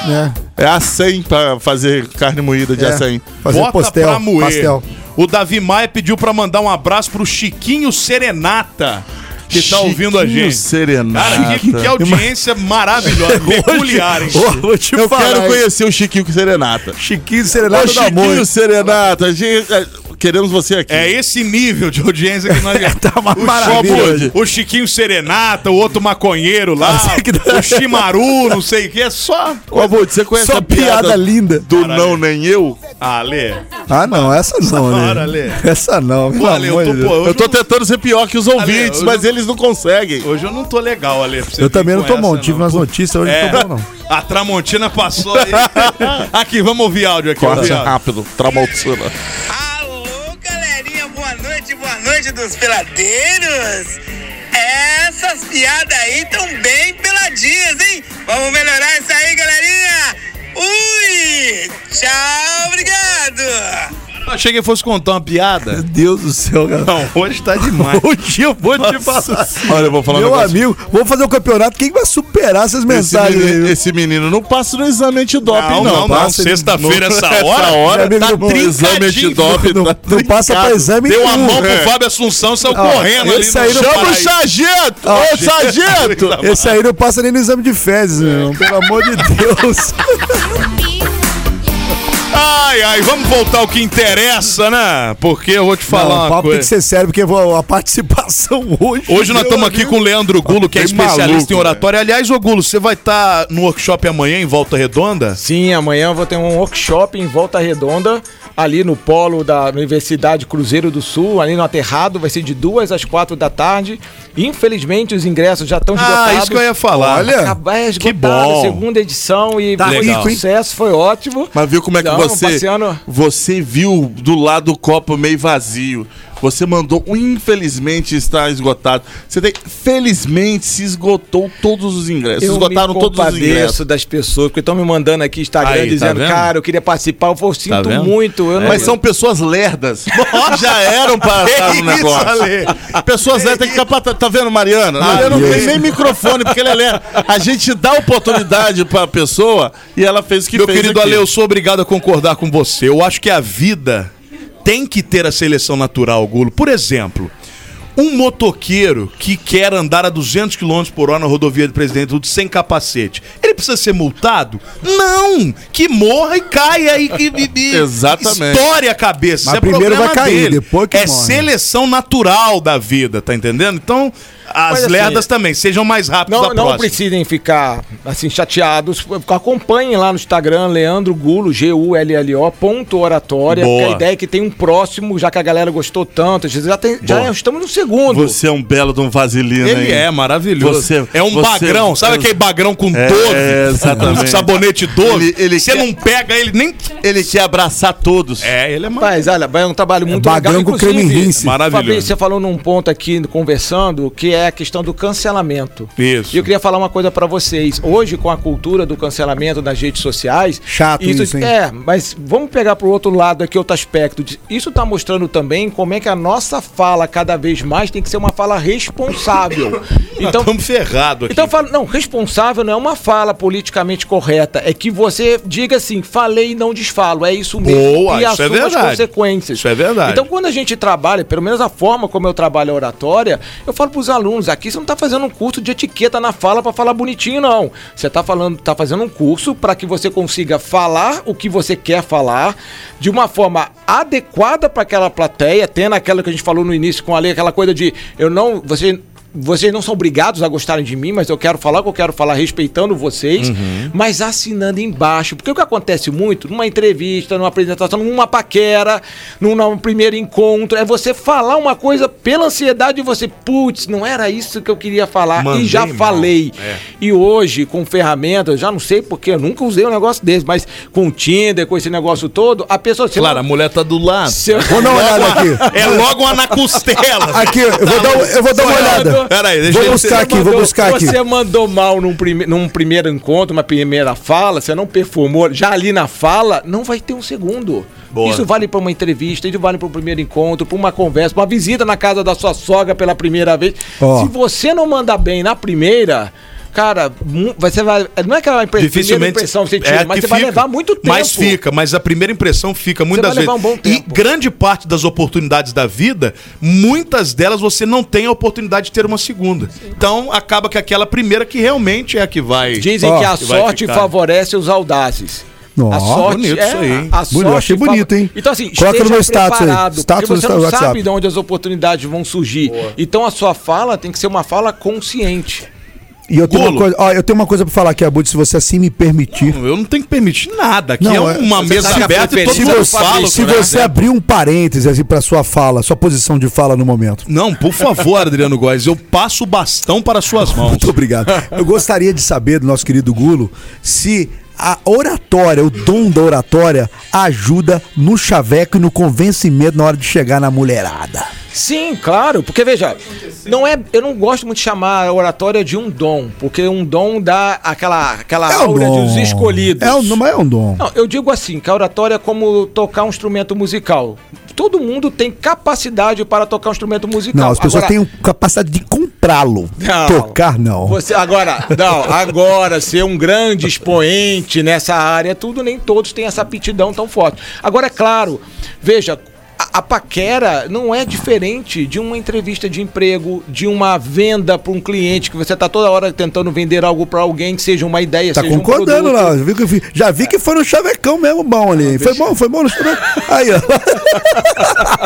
Speaker 3: Né,
Speaker 5: É a 100 pra fazer carne moída de
Speaker 3: é,
Speaker 5: acém.
Speaker 3: fazer
Speaker 2: bota
Speaker 3: postel,
Speaker 2: pra moer.
Speaker 3: pastel.
Speaker 2: O Davi Maia pediu pra mandar um abraço pro Chiquinho Serenata, que tá ouvindo a
Speaker 5: Chiquinho
Speaker 2: gente.
Speaker 5: Serenata.
Speaker 2: Cara, que, é que audiência maravilhosa, peculiar, hein?
Speaker 3: Ô, vou te
Speaker 5: Eu
Speaker 3: falar,
Speaker 5: quero
Speaker 3: hein?
Speaker 5: conhecer o Chiquinho Serenata.
Speaker 3: Chiquinho
Speaker 5: Ô,
Speaker 3: Serenata da
Speaker 5: Chiquinho
Speaker 3: Amor.
Speaker 5: Serenata, gente, é, queremos você aqui.
Speaker 2: É esse nível de audiência que nós
Speaker 3: Tá uma
Speaker 2: O
Speaker 3: maravilha
Speaker 2: Chico-
Speaker 5: hoje.
Speaker 2: O Chiquinho Serenata, o outro maconheiro lá, o Chimaru, não sei o que, é só.
Speaker 5: Ô, Abud, você conhece
Speaker 3: Só
Speaker 5: a piada,
Speaker 3: piada linda.
Speaker 5: do Não Nem Eu?
Speaker 2: Ah, Lê.
Speaker 3: Ah, não, essa não,
Speaker 2: Bora, Lê.
Speaker 3: né? Essa não, pelo
Speaker 2: Ale, eu
Speaker 3: amor
Speaker 2: tô-
Speaker 3: de Deus.
Speaker 2: pô, Hoje
Speaker 5: Eu tô tentando É ser pior que os ouvintes,
Speaker 2: hoje
Speaker 5: mas eles não conseguem.
Speaker 2: Hoje eu não tô legal, Ale. pra você
Speaker 3: Eu
Speaker 2: vir
Speaker 3: também
Speaker 2: com
Speaker 3: não tô bom.
Speaker 2: essa,
Speaker 3: Tive umas notícias hoje,
Speaker 2: É,
Speaker 3: não tô bom, não.
Speaker 2: a Tramontina passou aí. aqui, vamos ouvir áudio aqui. Ouvir
Speaker 5: Corta
Speaker 2: áudio.
Speaker 5: rápido, Tramaltuna.
Speaker 11: Alô, galerinha, boa noite, boa noite dos peladeiros. Essas piadas aí tão bem peladinhas, hein? Vamos melhorar isso aí, galerinha. Ui, tchau, obrigado.
Speaker 7: Eu achei que ele fosse contar uma piada. Meu
Speaker 3: Deus do céu, cara.
Speaker 7: Não, hoje tá demais.
Speaker 3: hoje eu vou te falar.
Speaker 5: Olha, eu vou falar um
Speaker 3: Meu
Speaker 5: negócio.
Speaker 3: amigo, vamos fazer o campeonato. Quem vai superar essas
Speaker 5: Esse
Speaker 3: mensagens
Speaker 5: menino,
Speaker 3: aí?
Speaker 5: esse menino não passa no exame antidoping,
Speaker 2: Não,
Speaker 5: não.
Speaker 2: não, não.
Speaker 3: tá?
Speaker 5: Passa ele-
Speaker 2: Sexta-feira,
Speaker 5: no-
Speaker 2: essa hora,
Speaker 5: hora
Speaker 3: meu
Speaker 5: tá
Speaker 3: amigo,
Speaker 5: no exame
Speaker 2: trincadinho.
Speaker 5: antidoping.
Speaker 3: Não,
Speaker 5: tá
Speaker 3: não passa pra
Speaker 5: trincado.
Speaker 3: exame
Speaker 2: Deu a
Speaker 3: nenhum.
Speaker 2: mão pro
Speaker 5: É.
Speaker 2: Fábio Assunção, saiu
Speaker 3: Ah,
Speaker 2: correndo ali.
Speaker 3: esse aí não
Speaker 5: Chama o
Speaker 3: Paraíso.
Speaker 2: é
Speaker 5: sargento! Ô, sargento!
Speaker 3: Esse aí não passa nem no exame de fezes, meu irmão. Pelo amor de Deus.
Speaker 2: Ai, ai, vamos voltar ao que interessa, né? Porque eu vou te
Speaker 3: Não,
Speaker 2: falar
Speaker 3: o
Speaker 2: uma
Speaker 3: papo tem que
Speaker 2: coisa.
Speaker 3: ser sério, porque a participação hoje.
Speaker 2: Hoje nós
Speaker 3: meu
Speaker 2: estamos aqui
Speaker 3: amigo,
Speaker 2: com o Leandro Gulo, que é
Speaker 5: Tem
Speaker 2: especialista
Speaker 5: maluco,
Speaker 2: em oratória. Aliás, ô Gulo, você vai estar no workshop amanhã em Volta Redonda?
Speaker 4: Sim, amanhã eu vou ter um workshop em Volta Redonda, ali no polo da Universidade Cruzeiro do Sul, ali no Aterrado, vai ser de duas às quatro da tarde. Infelizmente, os ingressos já estão esgotados.
Speaker 2: Ah, isso que eu ia falar.
Speaker 3: Olha,
Speaker 4: Acabar
Speaker 2: Que
Speaker 4: esgotado,
Speaker 2: bom.
Speaker 4: segunda edição e
Speaker 3: Tá
Speaker 4: foi
Speaker 2: legal.
Speaker 4: um sucesso, foi ótimo.
Speaker 5: Mas viu como é que
Speaker 4: Não,
Speaker 5: você.
Speaker 4: Marciano.
Speaker 5: Você viu do lado do copo meio vazio. Você mandou, um infelizmente está esgotado. Você tem, felizmente se esgotou todos os ingressos. Esgotaram
Speaker 4: me
Speaker 5: todos os
Speaker 4: compadeço
Speaker 5: ingressos.
Speaker 4: das pessoas, porque estão me mandando aqui Instagram
Speaker 7: Aí, tá
Speaker 4: dizendo,
Speaker 7: vendo?
Speaker 4: cara, eu queria participar, eu falo, sinto
Speaker 7: vendo?
Speaker 4: muito. Eu não...
Speaker 5: É. Mas são pessoas lerdas. Já eram para estar no negócio. Pessoas lerdas têm que ficar pra trás. Tá vendo, Mariana? Mariana não tem nem microfone, porque ela é lerda. A gente dá oportunidade pra pessoa e ela fez o que
Speaker 2: Meu
Speaker 5: fez.
Speaker 2: querido
Speaker 5: aqui.
Speaker 2: Ale, eu sou obrigado a concordar com você. Eu acho que a vida tem que ter a seleção natural, Gulo. Por exemplo, um motoqueiro que quer andar a 200 km por hora na rodovia do Presidente Dutra sem capacete, ele precisa ser multado? Não! Que morra e caia e, e, e- e
Speaker 5: Exatamente.
Speaker 2: estoure a cabeça. é
Speaker 3: Mas primeiro
Speaker 2: problema
Speaker 3: vai cair, depois que
Speaker 2: É
Speaker 3: morre.
Speaker 2: seleção natural da vida, tá entendendo? Então, as
Speaker 4: Mas, assim,
Speaker 2: lerdas também, sejam mais rápidos
Speaker 4: Não,
Speaker 2: da
Speaker 4: não
Speaker 2: próxima.
Speaker 4: precisem ficar assim chateados. Acompanhem lá no Instagram Leandro Gulo, G U L L O ponto oratória.
Speaker 2: Boa.
Speaker 4: porque A ideia é que tem um próximo, já que a galera gostou tanto, já, tem- já
Speaker 5: Boa.
Speaker 4: estamos no segundo.
Speaker 5: Você é um belo de um vaselina,
Speaker 2: Ele
Speaker 5: hein?
Speaker 2: é maravilhoso.
Speaker 5: Você-
Speaker 2: é um
Speaker 5: você-
Speaker 2: bagrão, sabe aquele bagrão com
Speaker 5: É,
Speaker 2: dove?
Speaker 5: é, exatamente.
Speaker 2: Com sabonete dove?
Speaker 5: Ele- ele
Speaker 2: Você
Speaker 5: quer-
Speaker 2: não pega ele nem.
Speaker 5: Ele quer abraçar todos.
Speaker 2: É, ele é maravilhoso.
Speaker 4: Mas olha, é um trabalho muito
Speaker 3: Bagrão
Speaker 4: legal.
Speaker 3: com creme
Speaker 4: inclusive,
Speaker 3: rinse.
Speaker 2: Maravilhoso.
Speaker 4: Fabrício, você falou num ponto aqui conversando que é a questão do cancelamento.
Speaker 2: Isso.
Speaker 4: E eu queria falar uma coisa pra vocês. Hoje, com a cultura do cancelamento nas redes sociais.
Speaker 3: Chato isso, hein?
Speaker 4: É, mas vamos pegar pro outro lado aqui outro aspecto. de- Isso tá mostrando também como é que a nossa fala cada vez mais tem que ser uma fala responsável. Então,
Speaker 2: Estamos ferrados aqui.
Speaker 4: então fala, não, responsável não é uma fala politicamente correta, é que você diga assim, falei e não desfalo, é isso mesmo.
Speaker 2: Boa,
Speaker 4: e
Speaker 2: isso é
Speaker 4: assuma
Speaker 2: verdade.
Speaker 4: as consequências.
Speaker 2: Isso é verdade.
Speaker 4: Então quando a gente trabalha, pelo menos a forma como eu trabalho a oratória, eu falo pros alunos, aqui você não tá fazendo um curso de etiqueta na fala para falar bonitinho não. Você tá falando, tá fazendo um curso para que você consiga falar o que você quer falar de uma forma adequada para aquela plateia, tendo aquela que a gente falou no início com a lei, aquela coisa de eu não, você vocês não são obrigados a gostarem de mim, mas eu quero falar o que eu quero falar respeitando vocês,
Speaker 2: Uhum.
Speaker 4: mas assinando embaixo. Porque o que acontece muito numa entrevista, numa apresentação, numa paquera, num, num primeiro encontro, é você falar uma coisa pela ansiedade e você, putz, não era isso que eu queria falar
Speaker 2: Mandei
Speaker 4: e já
Speaker 2: mal. É.
Speaker 4: falei. E hoje, com ferramentas, já não sei porque eu nunca usei um negócio desse, mas com o Tinder, com esse negócio todo, a pessoa. assim, se
Speaker 7: Claro, a mulher tá do lado.
Speaker 4: se-
Speaker 3: Vou dar uma olhada aqui.
Speaker 2: É logo uma na costela.
Speaker 3: Aqui, eu vou dar, um, eu vou dar uma olhada.
Speaker 2: Peraí, deixa
Speaker 3: Vou
Speaker 2: eu-
Speaker 3: buscar aqui, vou
Speaker 4: mandou-
Speaker 3: buscar aqui.
Speaker 4: Você mandou mal num, prime- num primeiro encontro, uma primeira fala, você não performou já ali na fala, não vai ter um segundo.
Speaker 2: Boa.
Speaker 4: Isso vale pra uma entrevista, isso vale para um primeiro encontro, pra uma conversa, pra uma visita na casa da sua sogra pela primeira vez.
Speaker 3: Ó.
Speaker 4: Se você não mandar bem na primeira, cara, mu- você vai. Não é aquela impre- primeira
Speaker 2: Dificilmente.
Speaker 4: impressão que você tira,
Speaker 2: é
Speaker 4: mas
Speaker 2: que
Speaker 4: você vai
Speaker 2: fica.
Speaker 4: levar muito tempo.
Speaker 2: Mas fica, mas a primeira impressão fica muitas
Speaker 4: vai levar
Speaker 2: vezes.
Speaker 4: um bom tempo.
Speaker 2: E grande parte das oportunidades da vida, muitas delas você não tem a oportunidade de ter uma segunda. Então acaba que aquela primeira que realmente é a que vai.
Speaker 4: Dizem
Speaker 3: Ó,
Speaker 4: que a
Speaker 2: que vai
Speaker 4: sorte
Speaker 2: ficar.
Speaker 4: favorece os audazes.
Speaker 3: Ó,
Speaker 4: a sorte
Speaker 2: bonito
Speaker 4: é,
Speaker 2: isso aí, hein?
Speaker 4: A
Speaker 3: Bonito,
Speaker 4: sorte
Speaker 3: achei
Speaker 4: favore-
Speaker 3: bonito, hein?
Speaker 4: Então assim,
Speaker 3: Coloca no meu status aí,
Speaker 4: preparado,
Speaker 3: status
Speaker 4: porque você
Speaker 3: do
Speaker 4: não
Speaker 3: WhatsApp.
Speaker 4: sabe de onde as oportunidades vão surgir. Então a sua fala tem que ser uma fala consciente.
Speaker 3: E eu tenho, uma
Speaker 2: Golo.
Speaker 3: coisa, ó, eu tenho uma coisa pra falar aqui, Abud, se você assim me permitir.
Speaker 2: Eu não tenho que permitir nada. Aqui
Speaker 3: Não,
Speaker 2: é
Speaker 3: é-
Speaker 2: uma
Speaker 3: você
Speaker 2: mesa
Speaker 4: sabe a
Speaker 2: aberta e todo
Speaker 3: Se
Speaker 4: preferência
Speaker 2: mundo
Speaker 4: do
Speaker 3: você,
Speaker 2: fala. o
Speaker 3: se
Speaker 2: que vai
Speaker 3: você abrir um parênteses assim, pra sua fala, sua posição de fala no momento.
Speaker 2: Não, por favor, Adriano Góes, eu passo o bastão para suas mãos.
Speaker 3: Muito obrigado. Eu gostaria de saber do nosso querido Gulo se a oratória, o dom da oratória, ajuda no chaveco e no convencimento na hora de chegar na mulherada.
Speaker 4: Sim, claro, porque veja, não é, eu não gosto muito de chamar a oratória de um dom, porque um dom dá aquela aquela
Speaker 3: É um
Speaker 4: aura
Speaker 3: dom.
Speaker 4: dos escolhidos.
Speaker 3: É um, mas é um dom.
Speaker 4: Não, eu digo assim, que a oratória é como tocar um instrumento musical. Todo mundo tem capacidade para tocar um instrumento musical.
Speaker 3: Não, as pessoas
Speaker 4: Agora-
Speaker 3: têm capacidade de comprá-lo.
Speaker 4: Não.
Speaker 3: Tocar, não.
Speaker 4: Você agora, não, agora ser um grande expoente nessa área, é tudo nem todos têm essa aptidão tão forte. Agora é claro, veja, a, a paquera não é diferente de uma entrevista de emprego, de uma venda para um cliente que você está toda hora tentando vender algo para alguém que seja uma ideia,
Speaker 3: Tá
Speaker 4: seja
Speaker 3: concordando
Speaker 4: um
Speaker 3: lá.
Speaker 4: produto.
Speaker 3: Já vi, que, eu fi- já vi que foi no chavecão mesmo bom ali. Foi bom, foi bom no chavecão. Aí, ó.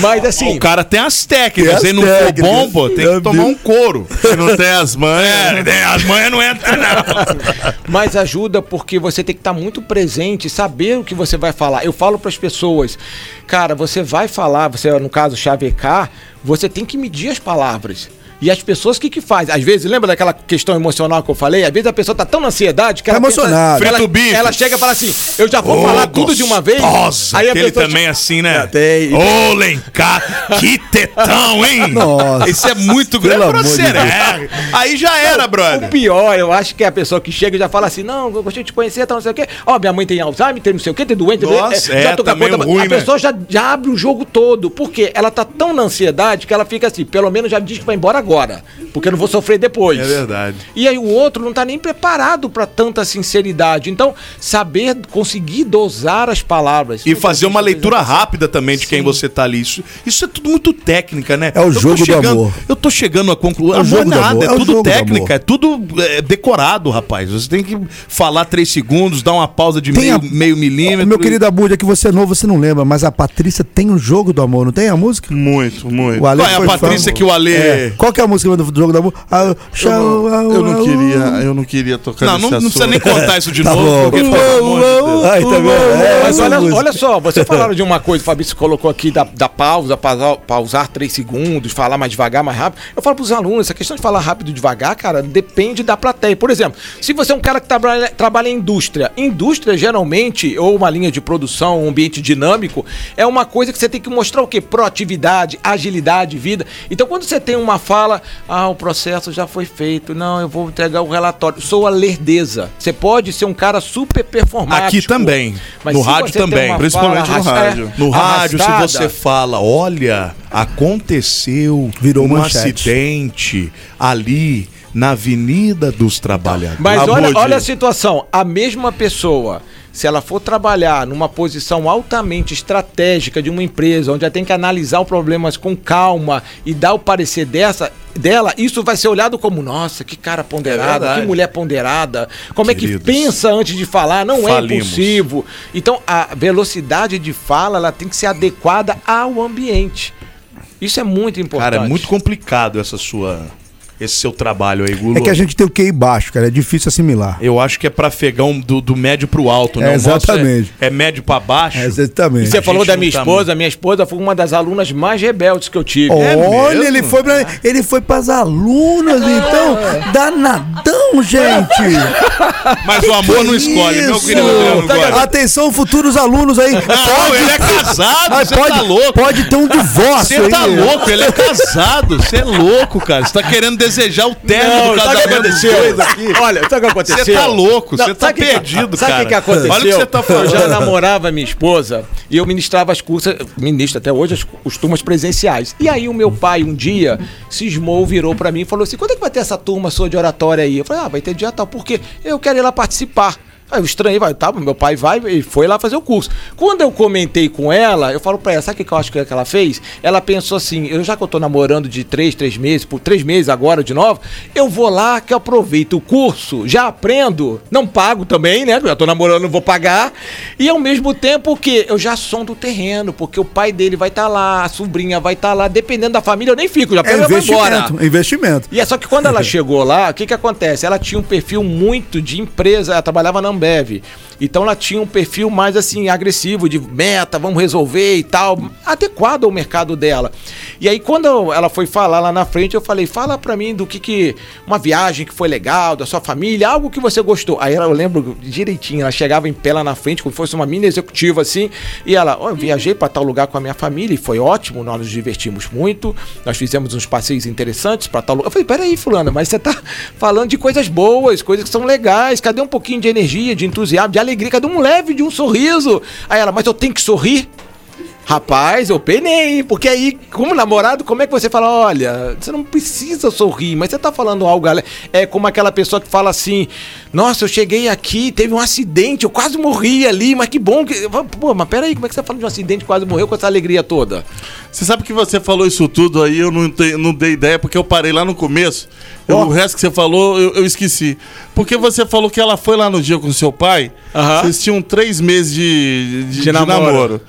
Speaker 4: Mas assim,
Speaker 2: O cara tem as técnicas,
Speaker 3: Tem
Speaker 2: se
Speaker 3: as
Speaker 2: não for
Speaker 3: técnicas. É
Speaker 2: bom, pô, tem
Speaker 3: Meu
Speaker 2: que tomar
Speaker 3: Deus.
Speaker 2: um couro.
Speaker 5: Se não tem as mães.
Speaker 3: né?
Speaker 2: É, as manhas não entram, não.
Speaker 4: Mas ajuda porque você tem que estar muito presente, saber o que você vai falar. Eu falo para as pessoas, cara, você vai falar, você no caso chavecar, você tem que medir as palavras. E as pessoas, o que que faz? Às vezes, lembra daquela questão emocional que eu falei? Às vezes a pessoa tá tão na ansiedade que
Speaker 3: Tá
Speaker 4: ela pensa-
Speaker 3: emocionada.
Speaker 4: ela,
Speaker 2: Frita o bife.
Speaker 4: ela chega e fala assim, eu já vou
Speaker 2: Ô,
Speaker 4: falar tudo de uma vez.
Speaker 2: gostosa,
Speaker 4: Aí a
Speaker 2: aquele
Speaker 4: pessoa
Speaker 2: também é assim, né?
Speaker 4: tem.
Speaker 2: Ô, Lencar, que tetão, hein?
Speaker 3: Nossa.
Speaker 2: Isso é muito grande
Speaker 3: Pelo
Speaker 2: pra
Speaker 3: amor de
Speaker 2: você, né? Aí já era,
Speaker 4: O
Speaker 2: brother.
Speaker 4: pior, eu acho que é a pessoa que chega e já fala assim: não, eu gostei de te conhecer, tá, não sei o quê. Ó, minha mãe tem Alzheimer, tem não sei o quê, tem doente, tem
Speaker 2: Nossa,
Speaker 4: doente.
Speaker 2: é,
Speaker 4: já tô com a
Speaker 2: também
Speaker 4: conta-
Speaker 2: ruim,
Speaker 4: A
Speaker 2: né?
Speaker 4: pessoa já, já abre o jogo todo. Por quê? Ela tá tão na ansiedade que ela fica assim: pelo menos já diz que vai embora agora, porque eu não vou sofrer depois.
Speaker 2: É verdade.
Speaker 4: E aí o outro não tá nem preparado pra tanta sinceridade. Então, saber conseguir dosar as palavras.
Speaker 2: E fazer uma leitura rápida também de quem você tá ali. Isso, isso é tudo muito técnica, né?
Speaker 3: É o
Speaker 2: Eu tô
Speaker 3: jogo do
Speaker 2: chegando-
Speaker 3: amor.
Speaker 2: Eu tô chegando a conclusão.
Speaker 3: É o
Speaker 2: amor
Speaker 3: jogo do
Speaker 2: nada,
Speaker 3: amor,
Speaker 2: é
Speaker 3: é o
Speaker 2: tudo
Speaker 3: jogo do
Speaker 2: técnica,
Speaker 3: amor.
Speaker 2: é tudo é, decorado, rapaz. Você tem que falar três segundos, dar uma pausa de
Speaker 3: Tem
Speaker 2: meio,
Speaker 3: a-
Speaker 2: meio milímetro.
Speaker 3: Meu querido Abud, é que você é novo, você não lembra, mas a Patrícia tem um jogo do amor, não tem a música?
Speaker 5: Muito, muito.
Speaker 3: O Ale
Speaker 2: Qual é a
Speaker 3: foi fã.
Speaker 2: Patrícia que o Ale-
Speaker 3: Qual que é a música do jogo do amor? Ah,
Speaker 5: Eu
Speaker 3: tchau,
Speaker 5: não,
Speaker 3: au,
Speaker 5: eu não
Speaker 3: au.
Speaker 5: queria, eu não queria tocar
Speaker 2: Não,
Speaker 5: nesse
Speaker 2: não, não precisa
Speaker 5: assunto.
Speaker 2: nem contar isso de
Speaker 3: Tá
Speaker 2: novo,
Speaker 3: bom.
Speaker 2: porque, pelo amor de Deus.
Speaker 3: Aí, tá vendo? É,
Speaker 4: Mas
Speaker 3: essa
Speaker 4: olha,
Speaker 3: música.
Speaker 4: olha só, você falaram de uma coisa, o Fabrício colocou aqui da, da pausa, pausar, pausar três segundos, falar mais devagar, mais rápido. Eu falo pros alunos, essa questão de falar rápido e devagar, cara, depende da plateia. Por exemplo, se você é um cara que trabalha, trabalha em indústria, indústria geralmente, ou uma linha de produção, um ambiente dinâmico, é uma coisa que você tem que mostrar o quê? Proatividade, agilidade, vida. Então quando você tem uma fala, ah, o processo já foi feito, não, eu vou entregar o relatório, soa lerdeza. Você pode ser um cara super performático.
Speaker 2: Aqui também. no
Speaker 4: se
Speaker 2: rádio
Speaker 4: você tem
Speaker 2: também.
Speaker 4: uma
Speaker 2: Principalmente
Speaker 4: fala
Speaker 2: no
Speaker 4: arrasta-
Speaker 2: rádio.
Speaker 4: é,
Speaker 2: No rádio, se
Speaker 4: arrastada,
Speaker 2: você fala, olha, aconteceu
Speaker 3: Virou
Speaker 2: um
Speaker 3: manchete.
Speaker 2: acidente ali na Avenida dos Trabalhadores.
Speaker 4: Mas olha,
Speaker 2: Abud,
Speaker 4: olha a situação. A mesma pessoa, se ela for trabalhar numa posição altamente estratégica de uma empresa, onde ela tem que analisar os problemas com calma e dar o parecer dessa dela, isso vai ser olhado como, nossa, que cara ponderada,
Speaker 2: É verdade.
Speaker 4: que mulher ponderada. Como é que
Speaker 2: Queridos,
Speaker 4: pensa antes de falar? Não é
Speaker 2: falimos.
Speaker 4: impulsivo. Então, a velocidade de fala, ela tem que ser adequada ao ambiente. Isso é muito importante.
Speaker 2: Cara, é muito complicado essa sua, esse seu trabalho aí, Gulo.
Speaker 3: É que a gente tem o QI baixo, cara, é difícil assimilar.
Speaker 2: Eu acho que é pra fegão do, do médio pro alto, né?
Speaker 3: É,
Speaker 2: O nosso
Speaker 3: exatamente.
Speaker 2: É, é médio pra baixo.
Speaker 3: É, exatamente.
Speaker 4: E você
Speaker 2: A
Speaker 4: falou
Speaker 2: gente
Speaker 4: da
Speaker 2: não
Speaker 4: minha
Speaker 2: tá
Speaker 4: esposa, minha esposa foi uma das alunas mais rebeldes que eu tive.
Speaker 3: Olha,
Speaker 2: É mesmo?
Speaker 3: ele foi pra, ele foi pras alunas, então, danadão, gente.
Speaker 2: Mas o amor não escolhe, meu
Speaker 3: Isso.
Speaker 2: querido Adriano Góes.
Speaker 3: Atenção, futuros alunos aí.
Speaker 2: Não,
Speaker 3: Pode,
Speaker 2: ele é casado,
Speaker 3: Ai,
Speaker 2: você
Speaker 3: pode,
Speaker 2: tá louco.
Speaker 3: pode ter um divórcio
Speaker 2: Você
Speaker 3: aí.
Speaker 2: tá louco, ele é casado. Você é louco, cara. Você tá querendo desejar o término do
Speaker 4: sabe o que
Speaker 2: casamento dos dois
Speaker 4: aconteceu?
Speaker 2: aqui.
Speaker 4: Olha, sabe o que aconteceu?
Speaker 2: Você tá louco,
Speaker 4: Não,
Speaker 2: você tá
Speaker 4: sabe o que-
Speaker 2: perdido,
Speaker 4: Sabe o que,
Speaker 2: cara.
Speaker 4: que aconteceu?
Speaker 2: Olha o que você tá falando.
Speaker 4: Eu já namorava minha esposa e eu ministrava as cursos, ministro até hoje, as, os turmas presenciais. E aí o meu pai um dia cismou, virou pra mim e falou assim, quando é que vai ter essa turma sua de oratória aí? Eu falei, ah, vai ter dia tal, porque eu quero ir lá participar. Aí eu estranhei, vai, tá, meu pai vai e foi lá fazer o curso. Quando eu comentei com ela, eu falo pra ela, sabe o que eu acho que, é que ela fez? Ela pensou assim, eu já que eu tô namorando de três, três meses, por três meses agora de novo, eu vou lá que eu aproveito o curso, já aprendo, não pago também, né? Eu já tô namorando, não vou pagar. E ao mesmo tempo que eu já sondo o terreno, porque o pai dele vai estar lá, a sobrinha vai estar lá, dependendo da família, eu nem fico, já
Speaker 3: É
Speaker 4: pego e vou embora.
Speaker 3: investimento, investimento.
Speaker 4: E é só que quando ela chegou lá, o que que acontece? Ela tinha um perfil muito de empresa, ela trabalhava numa Ambev. Então ela tinha um perfil mais assim agressivo de meta, vamos resolver e tal, adequado ao mercado dela. E aí quando ela foi falar lá na frente, eu falei: "Fala para mim do que que uma viagem que foi legal, da sua família, algo que você gostou". Aí ela, eu lembro direitinho, ela chegava em pé lá na frente, como se fosse uma mini executiva assim, e ela: "Ó, eu viajei para tal lugar com a minha família e foi ótimo, nós nos divertimos muito, nós fizemos uns passeios interessantes para tal lugar". Eu falei: "Peraí, fulana, mas você tá falando de coisas boas, coisas que são legais, cadê um pouquinho de energia, de entusiasmo, de alegria, cada um leve de um sorriso. Aí ela, mas eu tenho que sorrir? Rapaz, eu penei, porque aí, como namorado, como é que você fala, olha, você não precisa sorrir, mas você tá falando algo, ale- é como aquela pessoa que fala assim, nossa, eu cheguei aqui, teve um acidente, eu quase morri ali, mas que bom que... Pô, mas peraí, como é que você fala de um acidente, quase morreu com essa alegria toda?
Speaker 5: Você sabe que você falou isso tudo aí, eu não, te- não dei ideia porque eu parei lá no começo. Eu- o resto que você falou, eu, eu esqueci. Porque você falou que ela foi lá no dia com seu pai,
Speaker 4: Aham.
Speaker 5: vocês tinham três meses de, de, de namoro.
Speaker 4: namoro.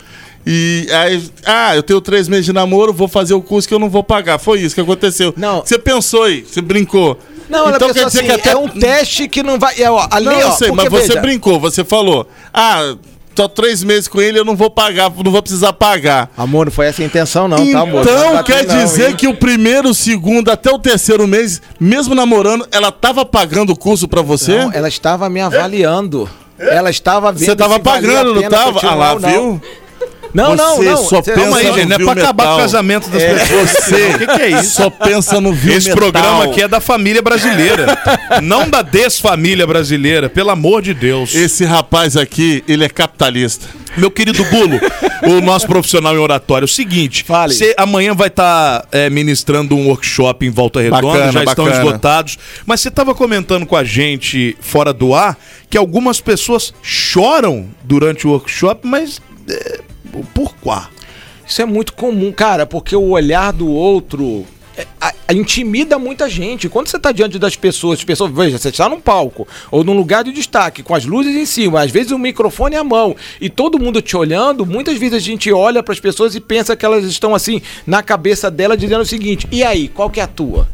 Speaker 5: E aí, ah, eu tenho três meses de namoro, vou fazer o curso que eu não vou pagar. Foi isso que aconteceu.
Speaker 4: Não.
Speaker 5: Você pensou aí, você brincou. Então
Speaker 4: Não, ela pensou assim, é um teste que não vai... É, ó, ali,
Speaker 5: Não, eu
Speaker 4: ó,
Speaker 5: sei, mas
Speaker 4: porque,
Speaker 5: você
Speaker 4: veja,
Speaker 5: brincou, você falou. Ah, tô três meses com ele, eu não vou pagar, não vou precisar pagar.
Speaker 4: Amor, não foi essa a intenção não, tá, amor?
Speaker 5: Então
Speaker 4: Não tá
Speaker 5: quer
Speaker 4: bem, não,
Speaker 5: dizer
Speaker 4: hein?
Speaker 5: que o primeiro, o segundo até o terceiro mês, mesmo namorando, ela tava pagando o curso pra você?
Speaker 4: Não, é ela estava me avaliando. Ela estava vendo.
Speaker 5: É? Você tava
Speaker 4: se valia
Speaker 5: pagando,
Speaker 4: a
Speaker 5: não
Speaker 4: pena
Speaker 5: tava?
Speaker 4: continuar
Speaker 5: Ah lá,
Speaker 4: ou não.
Speaker 5: viu?
Speaker 4: Não, não,
Speaker 5: Você
Speaker 4: não.
Speaker 5: só
Speaker 4: Você-
Speaker 5: pensa
Speaker 4: calma aí,
Speaker 5: no
Speaker 2: Gente, não é
Speaker 5: viu
Speaker 2: pra acabar
Speaker 5: metal. É
Speaker 2: com o casamento das pessoas.
Speaker 5: Você
Speaker 2: O que, que é isso?
Speaker 5: só pensa no viu
Speaker 2: Esse
Speaker 5: metal.
Speaker 2: programa aqui é da família brasileira, não da desfamília brasileira, pelo amor de Deus.
Speaker 5: Esse rapaz aqui, ele é capitalista.
Speaker 2: Meu querido Gulo, o nosso profissional em oratório, é o seguinte,
Speaker 4: Fale.
Speaker 2: você amanhã vai estar ministrando um workshop em Volta Redonda,
Speaker 5: Bacana,
Speaker 2: já estão
Speaker 5: bacana.
Speaker 2: esgotados, mas você estava comentando com a gente fora do ar que algumas pessoas choram durante o workshop, mas é, por quá?
Speaker 4: Isso é muito comum, cara, porque o olhar do outro é- a- a- intimida muita gente. Quando você tá diante das pessoas, as pessoas, veja, você está num palco ou num lugar de destaque, com as luzes em cima, às vezes o microfone à mão e todo mundo te olhando, muitas vezes a gente olha para as pessoas e pensa que elas estão assim na cabeça dela dizendo o seguinte: "E aí, qual que é a tua?"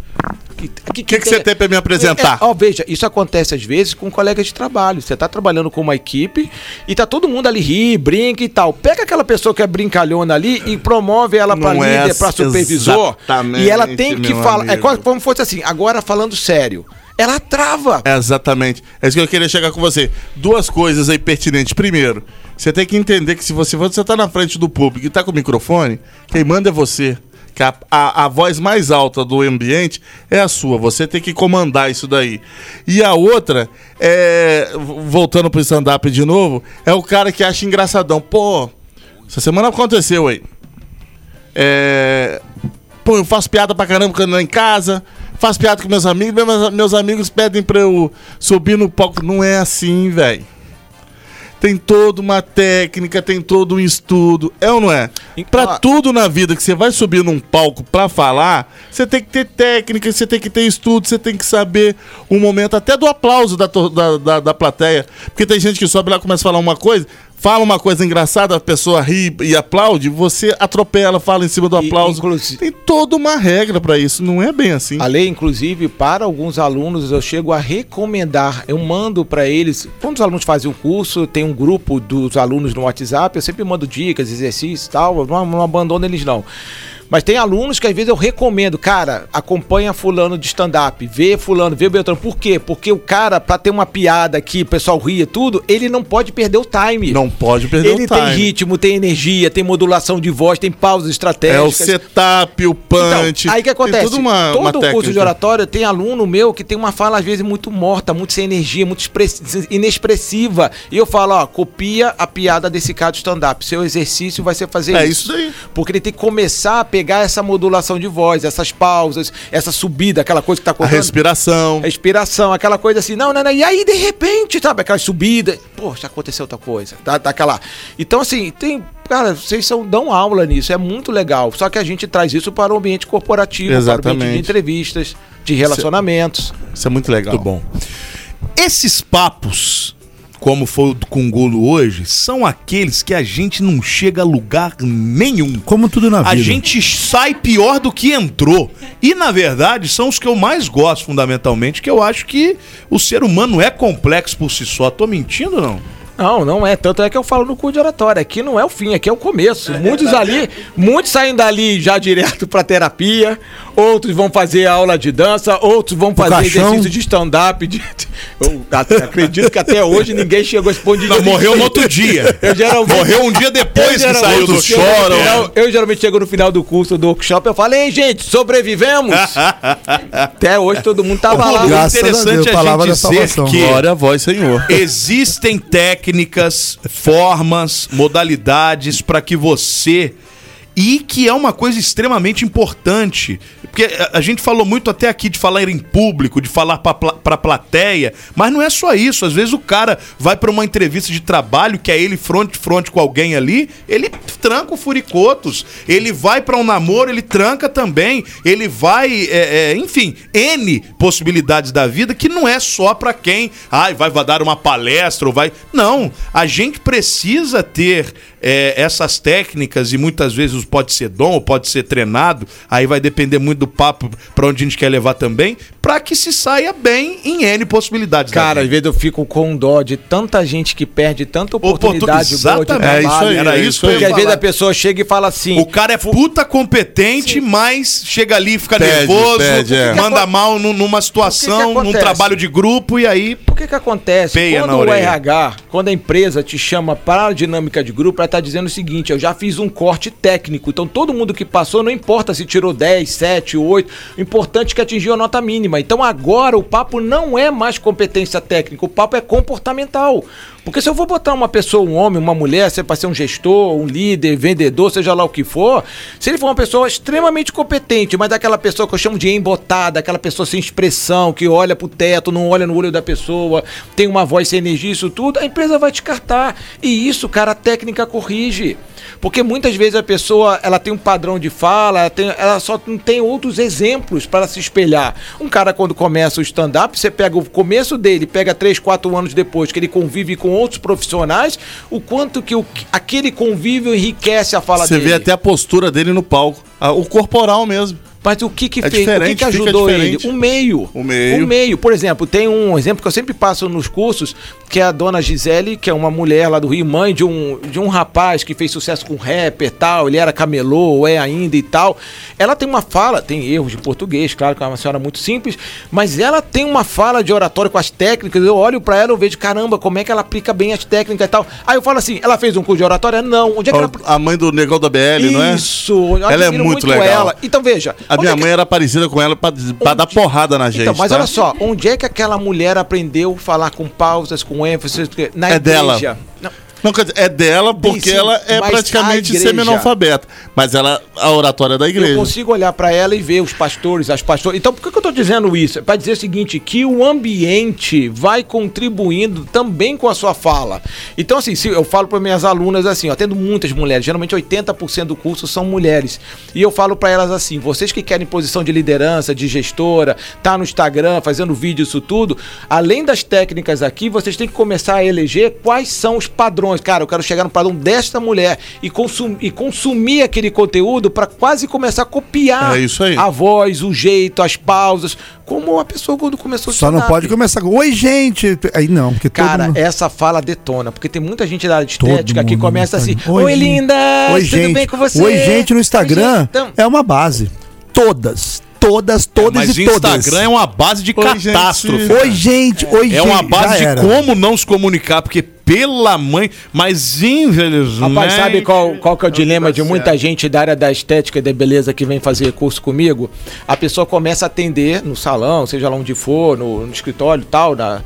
Speaker 4: O que, É,
Speaker 5: que você tem pra me apresentar?
Speaker 4: Ó, veja, isso acontece às vezes com colegas de trabalho. Você tá trabalhando com uma equipe e tá todo mundo ali ri, brinca e tal. Pega aquela pessoa que é brincalhona ali e promove ela pra
Speaker 5: Não é
Speaker 4: líder, pra supervisor.
Speaker 5: exatamente,
Speaker 4: E ela tem que
Speaker 5: meu
Speaker 4: falar. É
Speaker 5: amigo.
Speaker 4: quase como se fosse assim, agora falando sério. Ela trava.
Speaker 5: É, Exatamente. É isso que eu queria chegar com você. Duas coisas aí pertinentes. Primeiro, você tem que entender que se você você tá na frente do público e tá com o microfone, quem manda é você. Que a, a, a voz mais alta do ambiente é a sua. Você tem que comandar isso daí. E a outra, é, v- voltando pro stand-up de novo, é o cara que acha engraçadão. Pô, essa semana aconteceu aí. É, Pô, eu faço piada pra caramba quando eu tô em casa, faço piada com meus amigos, meus, meus amigos pedem pra eu subir no palco. Não é assim, velho. Tem toda uma técnica, tem todo um estudo. É ou não é?
Speaker 4: E- Ah.
Speaker 5: Pra
Speaker 4: ó.
Speaker 5: tudo na vida que você vai subir num palco pra falar, você tem que ter técnica, você tem que ter estudo, você tem que saber o momento até do aplauso da, tor- da, da, da plateia. Porque tem gente que sobe lá e começa a falar uma coisa, fala uma coisa engraçada, a pessoa ri e aplaude, você atropela, fala em cima do
Speaker 4: E-
Speaker 5: aplauso.
Speaker 4: inclusive-
Speaker 5: Tem toda uma regra pra isso, não é bem assim.
Speaker 4: A lei, inclusive, para alguns alunos, eu chego a recomendar, eu mando para eles. Quando os alunos fazem o curso, tem um grupo dos alunos no WhatsApp, eu sempre mando dicas, exercícios e tal, eu não, não abandono eles não. Mas tem alunos que às vezes eu recomendo, cara, acompanha fulano de stand-up, vê fulano, vê Beltrano. Por quê? Porque o cara, pra ter uma piada aqui, o pessoal ri e tudo, ele não pode perder o time.
Speaker 5: Não pode perder
Speaker 4: ele
Speaker 5: o time.
Speaker 4: tem ritmo, tem energia, tem modulação de voz, tem pausas
Speaker 5: é o
Speaker 4: estratégicas.
Speaker 5: setup, o punch.
Speaker 4: Então, aí que acontece?
Speaker 5: Tem toda uma,
Speaker 4: Todo
Speaker 5: uma
Speaker 4: o curso de
Speaker 5: técnica.
Speaker 4: oratório tem aluno meu que tem uma fala, às vezes, muito morta, muito sem energia, muito express- inexpressiva. E eu falo, ó, copia a piada desse cara de stand-up. Seu exercício vai ser fazer
Speaker 5: É
Speaker 4: isso.
Speaker 5: isso aí.
Speaker 4: Porque ele tem que começar a pegar essa modulação de voz, essas pausas, essa subida, aquela coisa que tá
Speaker 5: A
Speaker 4: correndo.
Speaker 5: respiração.
Speaker 4: Respiração, É aquela coisa assim, não, não, não, e aí de repente, sabe, aquela subida, poxa, aconteceu outra coisa, tá, tá aquela. Então, assim, tem. Cara, vocês são, dão aula nisso, é muito legal. Só que a gente traz isso para o ambiente corporativo, para o ambiente de
Speaker 5: Exatamente.
Speaker 4: entrevistas, de relacionamentos.
Speaker 5: Isso é muito legal.
Speaker 2: Muito bom. Esses papos como foi o do Congulo hoje, são aqueles que a gente não chega a lugar nenhum.
Speaker 3: Como tudo na vida.
Speaker 2: A gente sai pior do que entrou. E, na verdade, são os que eu mais gosto, fundamentalmente, que eu acho que o ser humano é complexo por si só. Tô mentindo, não?
Speaker 4: Não, não é. Tanto é que eu falo no curso de oratória. Aqui não é o fim, aqui é o começo. muitos ali, muitos saem dali já direto pra terapia, outros vão fazer aula de dança, outros vão fazer
Speaker 3: caixão.
Speaker 4: exercício de stand-up. de- de- Eu a- acredito que até hoje ninguém chegou a esse ponto de
Speaker 2: Não, morreu no outro dia.
Speaker 4: Eu geralmente-
Speaker 2: Morreu um dia
Speaker 4: Eu
Speaker 2: depois que
Speaker 4: geralmente
Speaker 2: saiu do
Speaker 4: chego no
Speaker 2: choram.
Speaker 4: final- Eu geralmente chego no final do curso, do workshop, eu falo, ei, gente, sobrevivemos! Até hoje todo mundo tava lá.
Speaker 3: Graças a Deus,
Speaker 2: interessante é a,
Speaker 3: palavra da
Speaker 2: gente dizer
Speaker 3: salvação.
Speaker 2: que
Speaker 5: Glória a voz, Senhor.
Speaker 2: Existem técnicas, formas, modalidades para que você. E que é uma coisa extremamente importante. Porque a- a gente falou muito até aqui de falar em público, de falar pra, pla- pra plateia, mas não é só isso. Às vezes o cara vai para uma entrevista de trabalho, que é ele front front com alguém ali, ele tranca o furicotos. Ele vai para um namoro, ele tranca também. Ele vai, é, é, enfim, N possibilidades da vida que não é só para quem, ai, vai, vai dar uma palestra ou vai. Não, a gente precisa ter é, essas técnicas e muitas vezes pode ser dom, pode ser treinado, aí vai depender muito do papo para onde a gente quer levar também, para que se saia bem em N possibilidades. da
Speaker 4: Cara, às
Speaker 2: vida.
Speaker 4: vezes eu fico com dó de tanta gente que perde tanta oportunidade boa de
Speaker 2: Exatamente.
Speaker 4: trabalho. né?
Speaker 5: É isso aí,
Speaker 2: era
Speaker 5: é
Speaker 2: isso
Speaker 5: isso
Speaker 2: que eu
Speaker 5: aí.
Speaker 2: ia
Speaker 4: Porque às
Speaker 2: falar.
Speaker 4: vezes a pessoa chega e fala assim.
Speaker 2: O cara é puta competente, mas chega ali, fica
Speaker 5: Pede,
Speaker 2: nervoso,
Speaker 5: pede, é.
Speaker 2: manda mal nu- numa situação, num
Speaker 4: acontece?
Speaker 2: trabalho de grupo e aí.
Speaker 4: O que que acontece?
Speaker 2: Peia na
Speaker 4: quando o
Speaker 2: orelha.
Speaker 4: RH, quando a empresa te chama para a dinâmica de grupo, ela tá dizendo o seguinte, eu já fiz um corte técnico, então todo mundo que passou, não importa se tirou 10, 7, 8, o importante é que atingiu a nota mínima. Então agora o papo não é mais competência técnica, o papo é comportamental. Porque se eu vou botar uma pessoa, um homem, uma mulher, se é para ser um gestor, um líder, vendedor, seja lá o que for, se ele for uma pessoa extremamente competente, mas é aquela pessoa que eu chamo de embotada, aquela pessoa sem expressão, que olha pro teto, não olha no olho da pessoa, tem uma voz sem energia, isso tudo, a empresa vai descartar. E isso, cara, a técnica corrige. Porque muitas vezes a pessoa, ela tem um padrão de fala, ela, tem- ela só não tem outros exemplos para se espelhar. Um cara quando começa o stand-up, você pega o começo dele, pega três, quatro anos depois que ele convive com outros profissionais, o quanto que o- aquele convívio enriquece a fala
Speaker 5: Você
Speaker 4: dele.
Speaker 5: vê até a postura dele no palco. A- O corporal mesmo.
Speaker 4: Mas o que que
Speaker 5: É
Speaker 4: fez? O que,
Speaker 5: diferente,
Speaker 4: que
Speaker 5: fica
Speaker 4: ajudou ele?
Speaker 5: diferente.
Speaker 4: O meio.
Speaker 5: O meio.
Speaker 4: O meio. Por exemplo, tem um exemplo que eu sempre passo nos cursos, que é a dona Gisele, que é uma mulher lá do Rio, mãe de um, de um rapaz que fez sucesso com rapper e tal, ele era camelô, ou é ainda e tal. Ela tem uma fala, tem erros de português, claro que é uma senhora muito simples, mas ela tem uma fala de oratório com as técnicas, eu olho pra ela, eu vejo, caramba, como é que ela aplica bem as técnicas e tal. Aí eu falo assim, ela fez um curso de oratória? Não. Onde é que ela...
Speaker 5: A mãe do negão da BL, não é?
Speaker 4: Isso, eu
Speaker 5: Ela é
Speaker 4: admiro
Speaker 5: muito legal.
Speaker 4: Então veja,
Speaker 5: A minha
Speaker 4: onde é que-
Speaker 5: mãe era parecida com ela pra, pra dar porrada na gente.
Speaker 4: então, mas
Speaker 5: tá?
Speaker 4: olha só, onde é que aquela mulher aprendeu a falar com pausas, com ênfase? porque Na
Speaker 5: É dela.
Speaker 4: Não,
Speaker 5: Não, quer dizer, é dela porque
Speaker 4: sim,
Speaker 5: ela é
Speaker 4: mas a
Speaker 5: praticamente
Speaker 4: igreja-
Speaker 5: semi-analfabeta. Mas ela, a oratória da
Speaker 4: eu
Speaker 5: igreja.
Speaker 4: consigo olhar pra ela e ver os pastores, as pastoras. Então, por que, que eu tô dizendo isso? É pra dizer o seguinte, que o ambiente vai contribuindo também com a sua fala. Então, assim, se eu falo para minhas alunas assim, ó, tendo muitas mulheres, geralmente 80% do curso são mulheres. E eu falo pra elas assim, vocês que querem posição de liderança, de gestora, tá no Instagram fazendo vídeo, isso tudo, além das técnicas aqui, vocês têm que começar a eleger quais são os padrões. Cara, eu quero chegar no padrão desta mulher e, consum- e consumir aquele conteúdo para quase começar a copiar
Speaker 5: É isso aí.
Speaker 4: a voz, o jeito, as pausas, como a pessoa quando começou o
Speaker 3: Só não
Speaker 4: stand-up.
Speaker 3: pode começar com, oi gente, aí não, porque
Speaker 4: Cara,
Speaker 3: todo mundo...
Speaker 4: essa fala detona, porque tem muita gente da área de
Speaker 3: Todo
Speaker 4: estética que
Speaker 3: mundo
Speaker 4: começa
Speaker 3: no
Speaker 4: assim:
Speaker 3: Instagram.
Speaker 4: Oi, linda!
Speaker 3: Oi,
Speaker 4: tudo
Speaker 3: gente.
Speaker 4: bem com você?
Speaker 3: Oi, gente, no Instagram
Speaker 4: Oi, gente. então.
Speaker 3: é uma base. Todas, todas, todas
Speaker 2: Mas
Speaker 3: e
Speaker 2: o
Speaker 3: todas.
Speaker 2: Instagram é uma base de
Speaker 5: Oi, gente.
Speaker 2: catástrofe.
Speaker 3: Oi, gente, oi, gente.
Speaker 2: É uma
Speaker 3: já
Speaker 2: base de
Speaker 3: era.
Speaker 2: como não se comunicar, porque pela mãe, mas infelizmente.
Speaker 4: Rapaz, sabe qual, qual que é o dilema
Speaker 2: tá
Speaker 4: de muita gente da área da estética e da beleza que vem fazer curso comigo? A pessoa começa a atender no salão, seja lá onde for, no, no escritório e tal. na-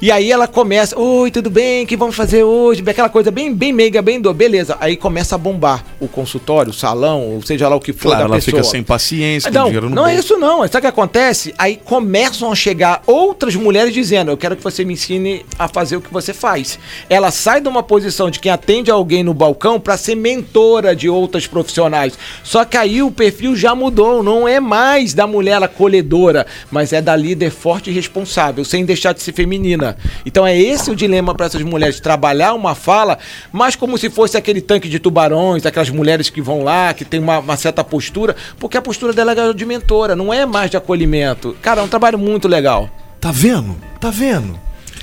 Speaker 4: E aí ela começa, oi, tudo bem? O que vamos fazer hoje? Aquela coisa bem, bem meiga, bem do, beleza. Aí começa a bombar o consultório, o salão, ou seja lá o que for
Speaker 2: Claro,
Speaker 4: da
Speaker 2: ela
Speaker 4: pessoa.
Speaker 2: fica sem paciência, com
Speaker 4: Não,
Speaker 2: dinheiro no
Speaker 4: não é
Speaker 2: bolso.
Speaker 4: isso não. Sabe o que acontece? Aí começam a chegar outras mulheres dizendo, eu quero que você me ensine a fazer o que você faz. ela sai de uma posição de quem atende alguém no balcão para ser mentora de outras profissionais. Só que aí o perfil já mudou, não é mais da mulher acolhedora, mas é da líder forte e responsável, sem deixar de ser feminina. Então é esse o dilema para essas mulheres trabalhar uma fala, mas como se fosse aquele tanque de tubarões, aquelas mulheres que vão lá, que tem uma, uma certa postura, porque a postura dela é de mentora, não é mais de acolhimento. Cara, é um trabalho muito legal.
Speaker 2: Tá vendo? Tá vendo?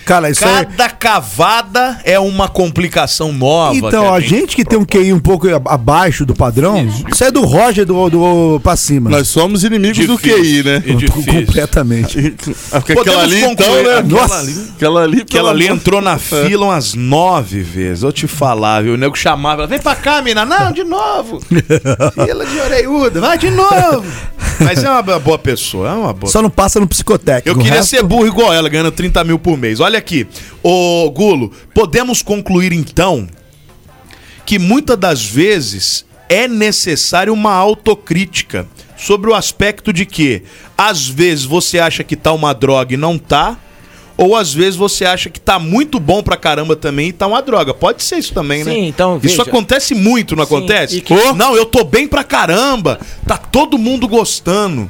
Speaker 3: Cara, isso aí.
Speaker 2: Cada cavada é uma complicação nova.
Speaker 3: Então, a gente que tem um QI um pouco a- abaixo do padrão, isso é do Roger do, do pra cima.
Speaker 5: Nós somos inimigos do
Speaker 2: Difícil.
Speaker 5: QI, né?
Speaker 2: E é difícil.
Speaker 3: Completamente.
Speaker 5: Porque
Speaker 2: Podemos
Speaker 5: aquela ali, então,
Speaker 2: concluir-
Speaker 5: né?
Speaker 2: Aquela ali-
Speaker 5: Aquela ali,
Speaker 2: Que ela
Speaker 5: pelo
Speaker 2: ali
Speaker 5: amor- É.
Speaker 2: entrou na fila umas nove vezes. Vou te falar, viu? O nego chamava ela, vem pra cá, mina. Não, de novo. Fila de oreiuda, vai de novo. Mas é uma boa pessoa, é uma boa
Speaker 3: Só não passa no psicotécnico.
Speaker 2: eu
Speaker 3: o
Speaker 2: queria
Speaker 3: resto-
Speaker 2: ser burro igual ela, ganhando 30 mil por mês. Olha aqui. Ô, Gulo, podemos concluir então que muitas das vezes é necessário uma autocrítica sobre o aspecto de que às vezes você acha que tá uma droga e não tá, ou às vezes você acha que tá muito bom pra caramba também e tá uma droga. Pode ser isso também, né?
Speaker 4: Sim, então,
Speaker 2: Isso
Speaker 4: veja.
Speaker 2: acontece muito, não
Speaker 4: Sim,
Speaker 2: acontece?
Speaker 4: e que-
Speaker 2: Ô, Não, eu tô bem pra caramba. Tá todo mundo gostando.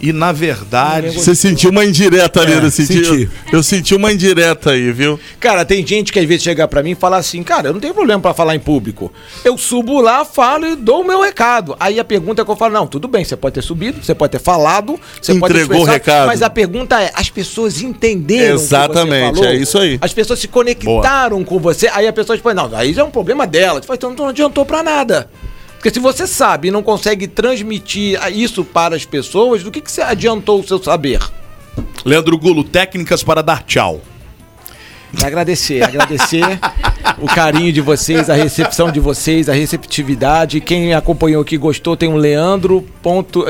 Speaker 2: E na verdade,
Speaker 5: Você sentiu uma indireta
Speaker 2: É,
Speaker 5: ali, eu senti,
Speaker 3: senti.
Speaker 5: Eu, eu senti uma indireta aí, viu?
Speaker 4: Cara, tem gente que às vezes chega pra mim e fala assim, cara, eu não tenho problema pra falar em público. Eu subo lá, falo e dou o meu recado. Aí a pergunta é que eu falo, não, tudo bem, você pode ter subido, você pode ter falado, você pode
Speaker 5: Entregou o
Speaker 4: expressar,
Speaker 5: recado.
Speaker 4: mas a pergunta é, as pessoas entenderam o que você
Speaker 5: Exatamente,
Speaker 4: falou?
Speaker 5: é isso aí.
Speaker 4: As pessoas se conectaram com você, aí a pessoa diz, não, aí já é um problema dela. Você fala, então não adiantou pra nada. Porque se você sabe e não consegue transmitir isso para as pessoas, do que, que você adiantou o seu saber?
Speaker 2: Leandro Gulo, técnicas para dar tchau.
Speaker 4: E Agradecer, agradecer o carinho de vocês, a recepção de vocês, a receptividade. Quem acompanhou aqui gostou, tem um Leandro. Ponto,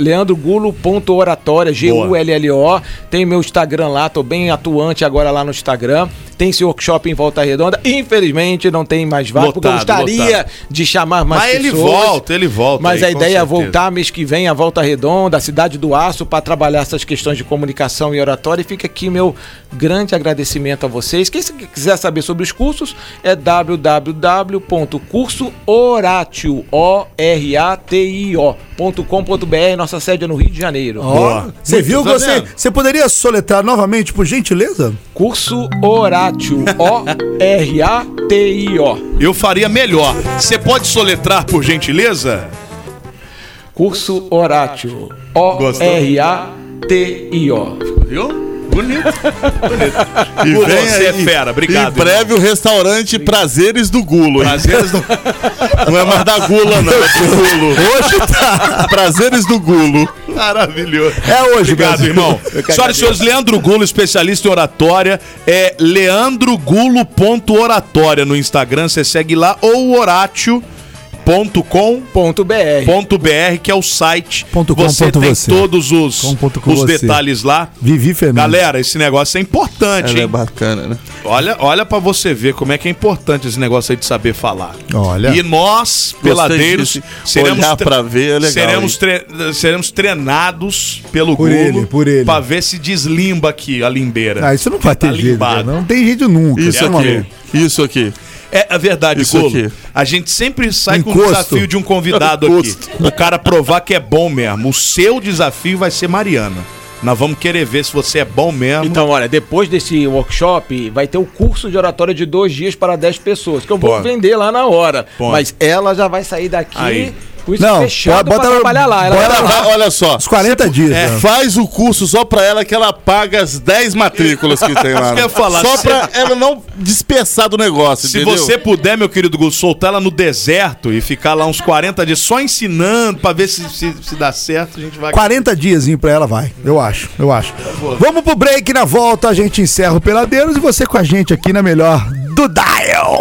Speaker 4: leandrogulo.oratória, G-U-L-L-O. Tem meu Instagram lá, tô bem atuante agora lá no Instagram. Tem esse workshop em Volta Redonda. Infelizmente não tem mais vaga, porque eu
Speaker 2: Lotado,
Speaker 4: gostaria
Speaker 2: lotado.
Speaker 4: de chamar mais
Speaker 2: Mas ele volta, ele volta
Speaker 4: Mas
Speaker 2: aí,
Speaker 4: a
Speaker 2: com
Speaker 4: ideia é
Speaker 2: certeza.
Speaker 4: voltar voltar mês que vem a Volta Redonda, a Cidade do Aço, para trabalhar essas questões de comunicação e oratória. E fica aqui meu grande agradecimento a vocês. Quem se- quiser saber sobre os cursos é www.cursoratio, O-R-A-T-I-O, ponto .com.br, nossa sede é no Rio de Janeiro.
Speaker 3: Ó, você viu que
Speaker 5: tá
Speaker 3: você.
Speaker 5: vendo?
Speaker 3: Você poderia soletrar novamente, por gentileza?
Speaker 4: Curso Oratio, O-R-A-T-I-O.
Speaker 2: Eu faria melhor. Você pode soletrar, por gentileza?
Speaker 4: Curso Oratio, O-R-A-T-I-O.
Speaker 2: Viu? Bonito.
Speaker 5: E
Speaker 2: Gulo, você é fera, obrigado,
Speaker 5: Em breve o restaurante Prazeres do Gulo. hein?
Speaker 2: Prazeres do...
Speaker 5: Não é mais da gula, não. É do gulo. Hoje tá. Prazeres do gulo.
Speaker 2: Maravilhoso.
Speaker 3: É hoje,
Speaker 2: Obrigado,
Speaker 3: Brasil.
Speaker 2: irmão. Senhoras e senhores, Leandro Gulo, especialista em oratória, é leandrogulo.oratória no Instagram, você segue lá, ou oratio.com.br,
Speaker 4: Ponto BR.
Speaker 2: que é o site.
Speaker 3: Ponto com,
Speaker 2: você
Speaker 3: ponto
Speaker 2: tem
Speaker 3: você.
Speaker 2: todos os,
Speaker 3: Com, ponto com
Speaker 2: os
Speaker 3: você.
Speaker 2: detalhes lá.
Speaker 3: Vivi Fernandes.
Speaker 2: Galera, esse negócio é importante, hein?
Speaker 5: bacana, né?
Speaker 2: Olha, olha para você ver como é que é importante esse negócio aí de saber falar.
Speaker 3: Olha.
Speaker 2: E nós, peladeiros,
Speaker 5: disso. Olhar
Speaker 2: tre-
Speaker 5: pra ver é legal,
Speaker 2: seremos, tre- seremos treinados pelo
Speaker 3: Por
Speaker 2: Gulo
Speaker 3: ele, por ele.
Speaker 2: pra ver se deslimba aqui a limbeira.
Speaker 3: Ah, isso não vai ter
Speaker 2: tá
Speaker 3: jeito,
Speaker 2: limbado.
Speaker 3: não tem jeito nunca.
Speaker 5: Isso
Speaker 3: tá maluco.
Speaker 5: aqui. Isso aqui.
Speaker 2: É a verdade,
Speaker 5: Isso
Speaker 2: Gulo.
Speaker 5: aqui.
Speaker 2: A gente sempre sai com o
Speaker 3: Encosto.
Speaker 2: desafio de um convidado aqui.
Speaker 5: Encosto.
Speaker 2: O cara provar que é bom mesmo. O seu desafio vai ser Mariana. Nós vamos querer ver se você é bom mesmo.
Speaker 4: Então, olha, depois desse workshop, vai ter o curso de oratória de dois dias para 10 pessoas, que eu vou
Speaker 2: Bom.
Speaker 4: vender lá na hora.
Speaker 2: Bom.
Speaker 4: Mas ela já vai sair daqui
Speaker 2: Aí.
Speaker 4: com isso
Speaker 3: Não,
Speaker 4: fechado
Speaker 3: bota-
Speaker 4: pra trabalhar lá. Ela
Speaker 5: Então, Ela
Speaker 4: vai lá.
Speaker 5: vai, olha só.
Speaker 3: Os 40 dias.
Speaker 2: É,
Speaker 3: né?
Speaker 5: Faz o curso só pra ela que ela paga as 10 matrículas que tem lá.
Speaker 2: que eu ia falar.
Speaker 5: Só
Speaker 2: Se-
Speaker 5: pra ela não dispersar do negócio,
Speaker 2: Se
Speaker 5: entendeu?
Speaker 2: você puder, meu querido Guto, soltar ela no deserto e ficar lá uns 40 dias só ensinando pra ver se, se, se dá certo, a gente vai.
Speaker 3: 40 diazinho pra ela vai, eu acho, eu acho. Vamos pro break, na volta a gente encerra o Peladeiros e você com a gente aqui na melhor do Dial.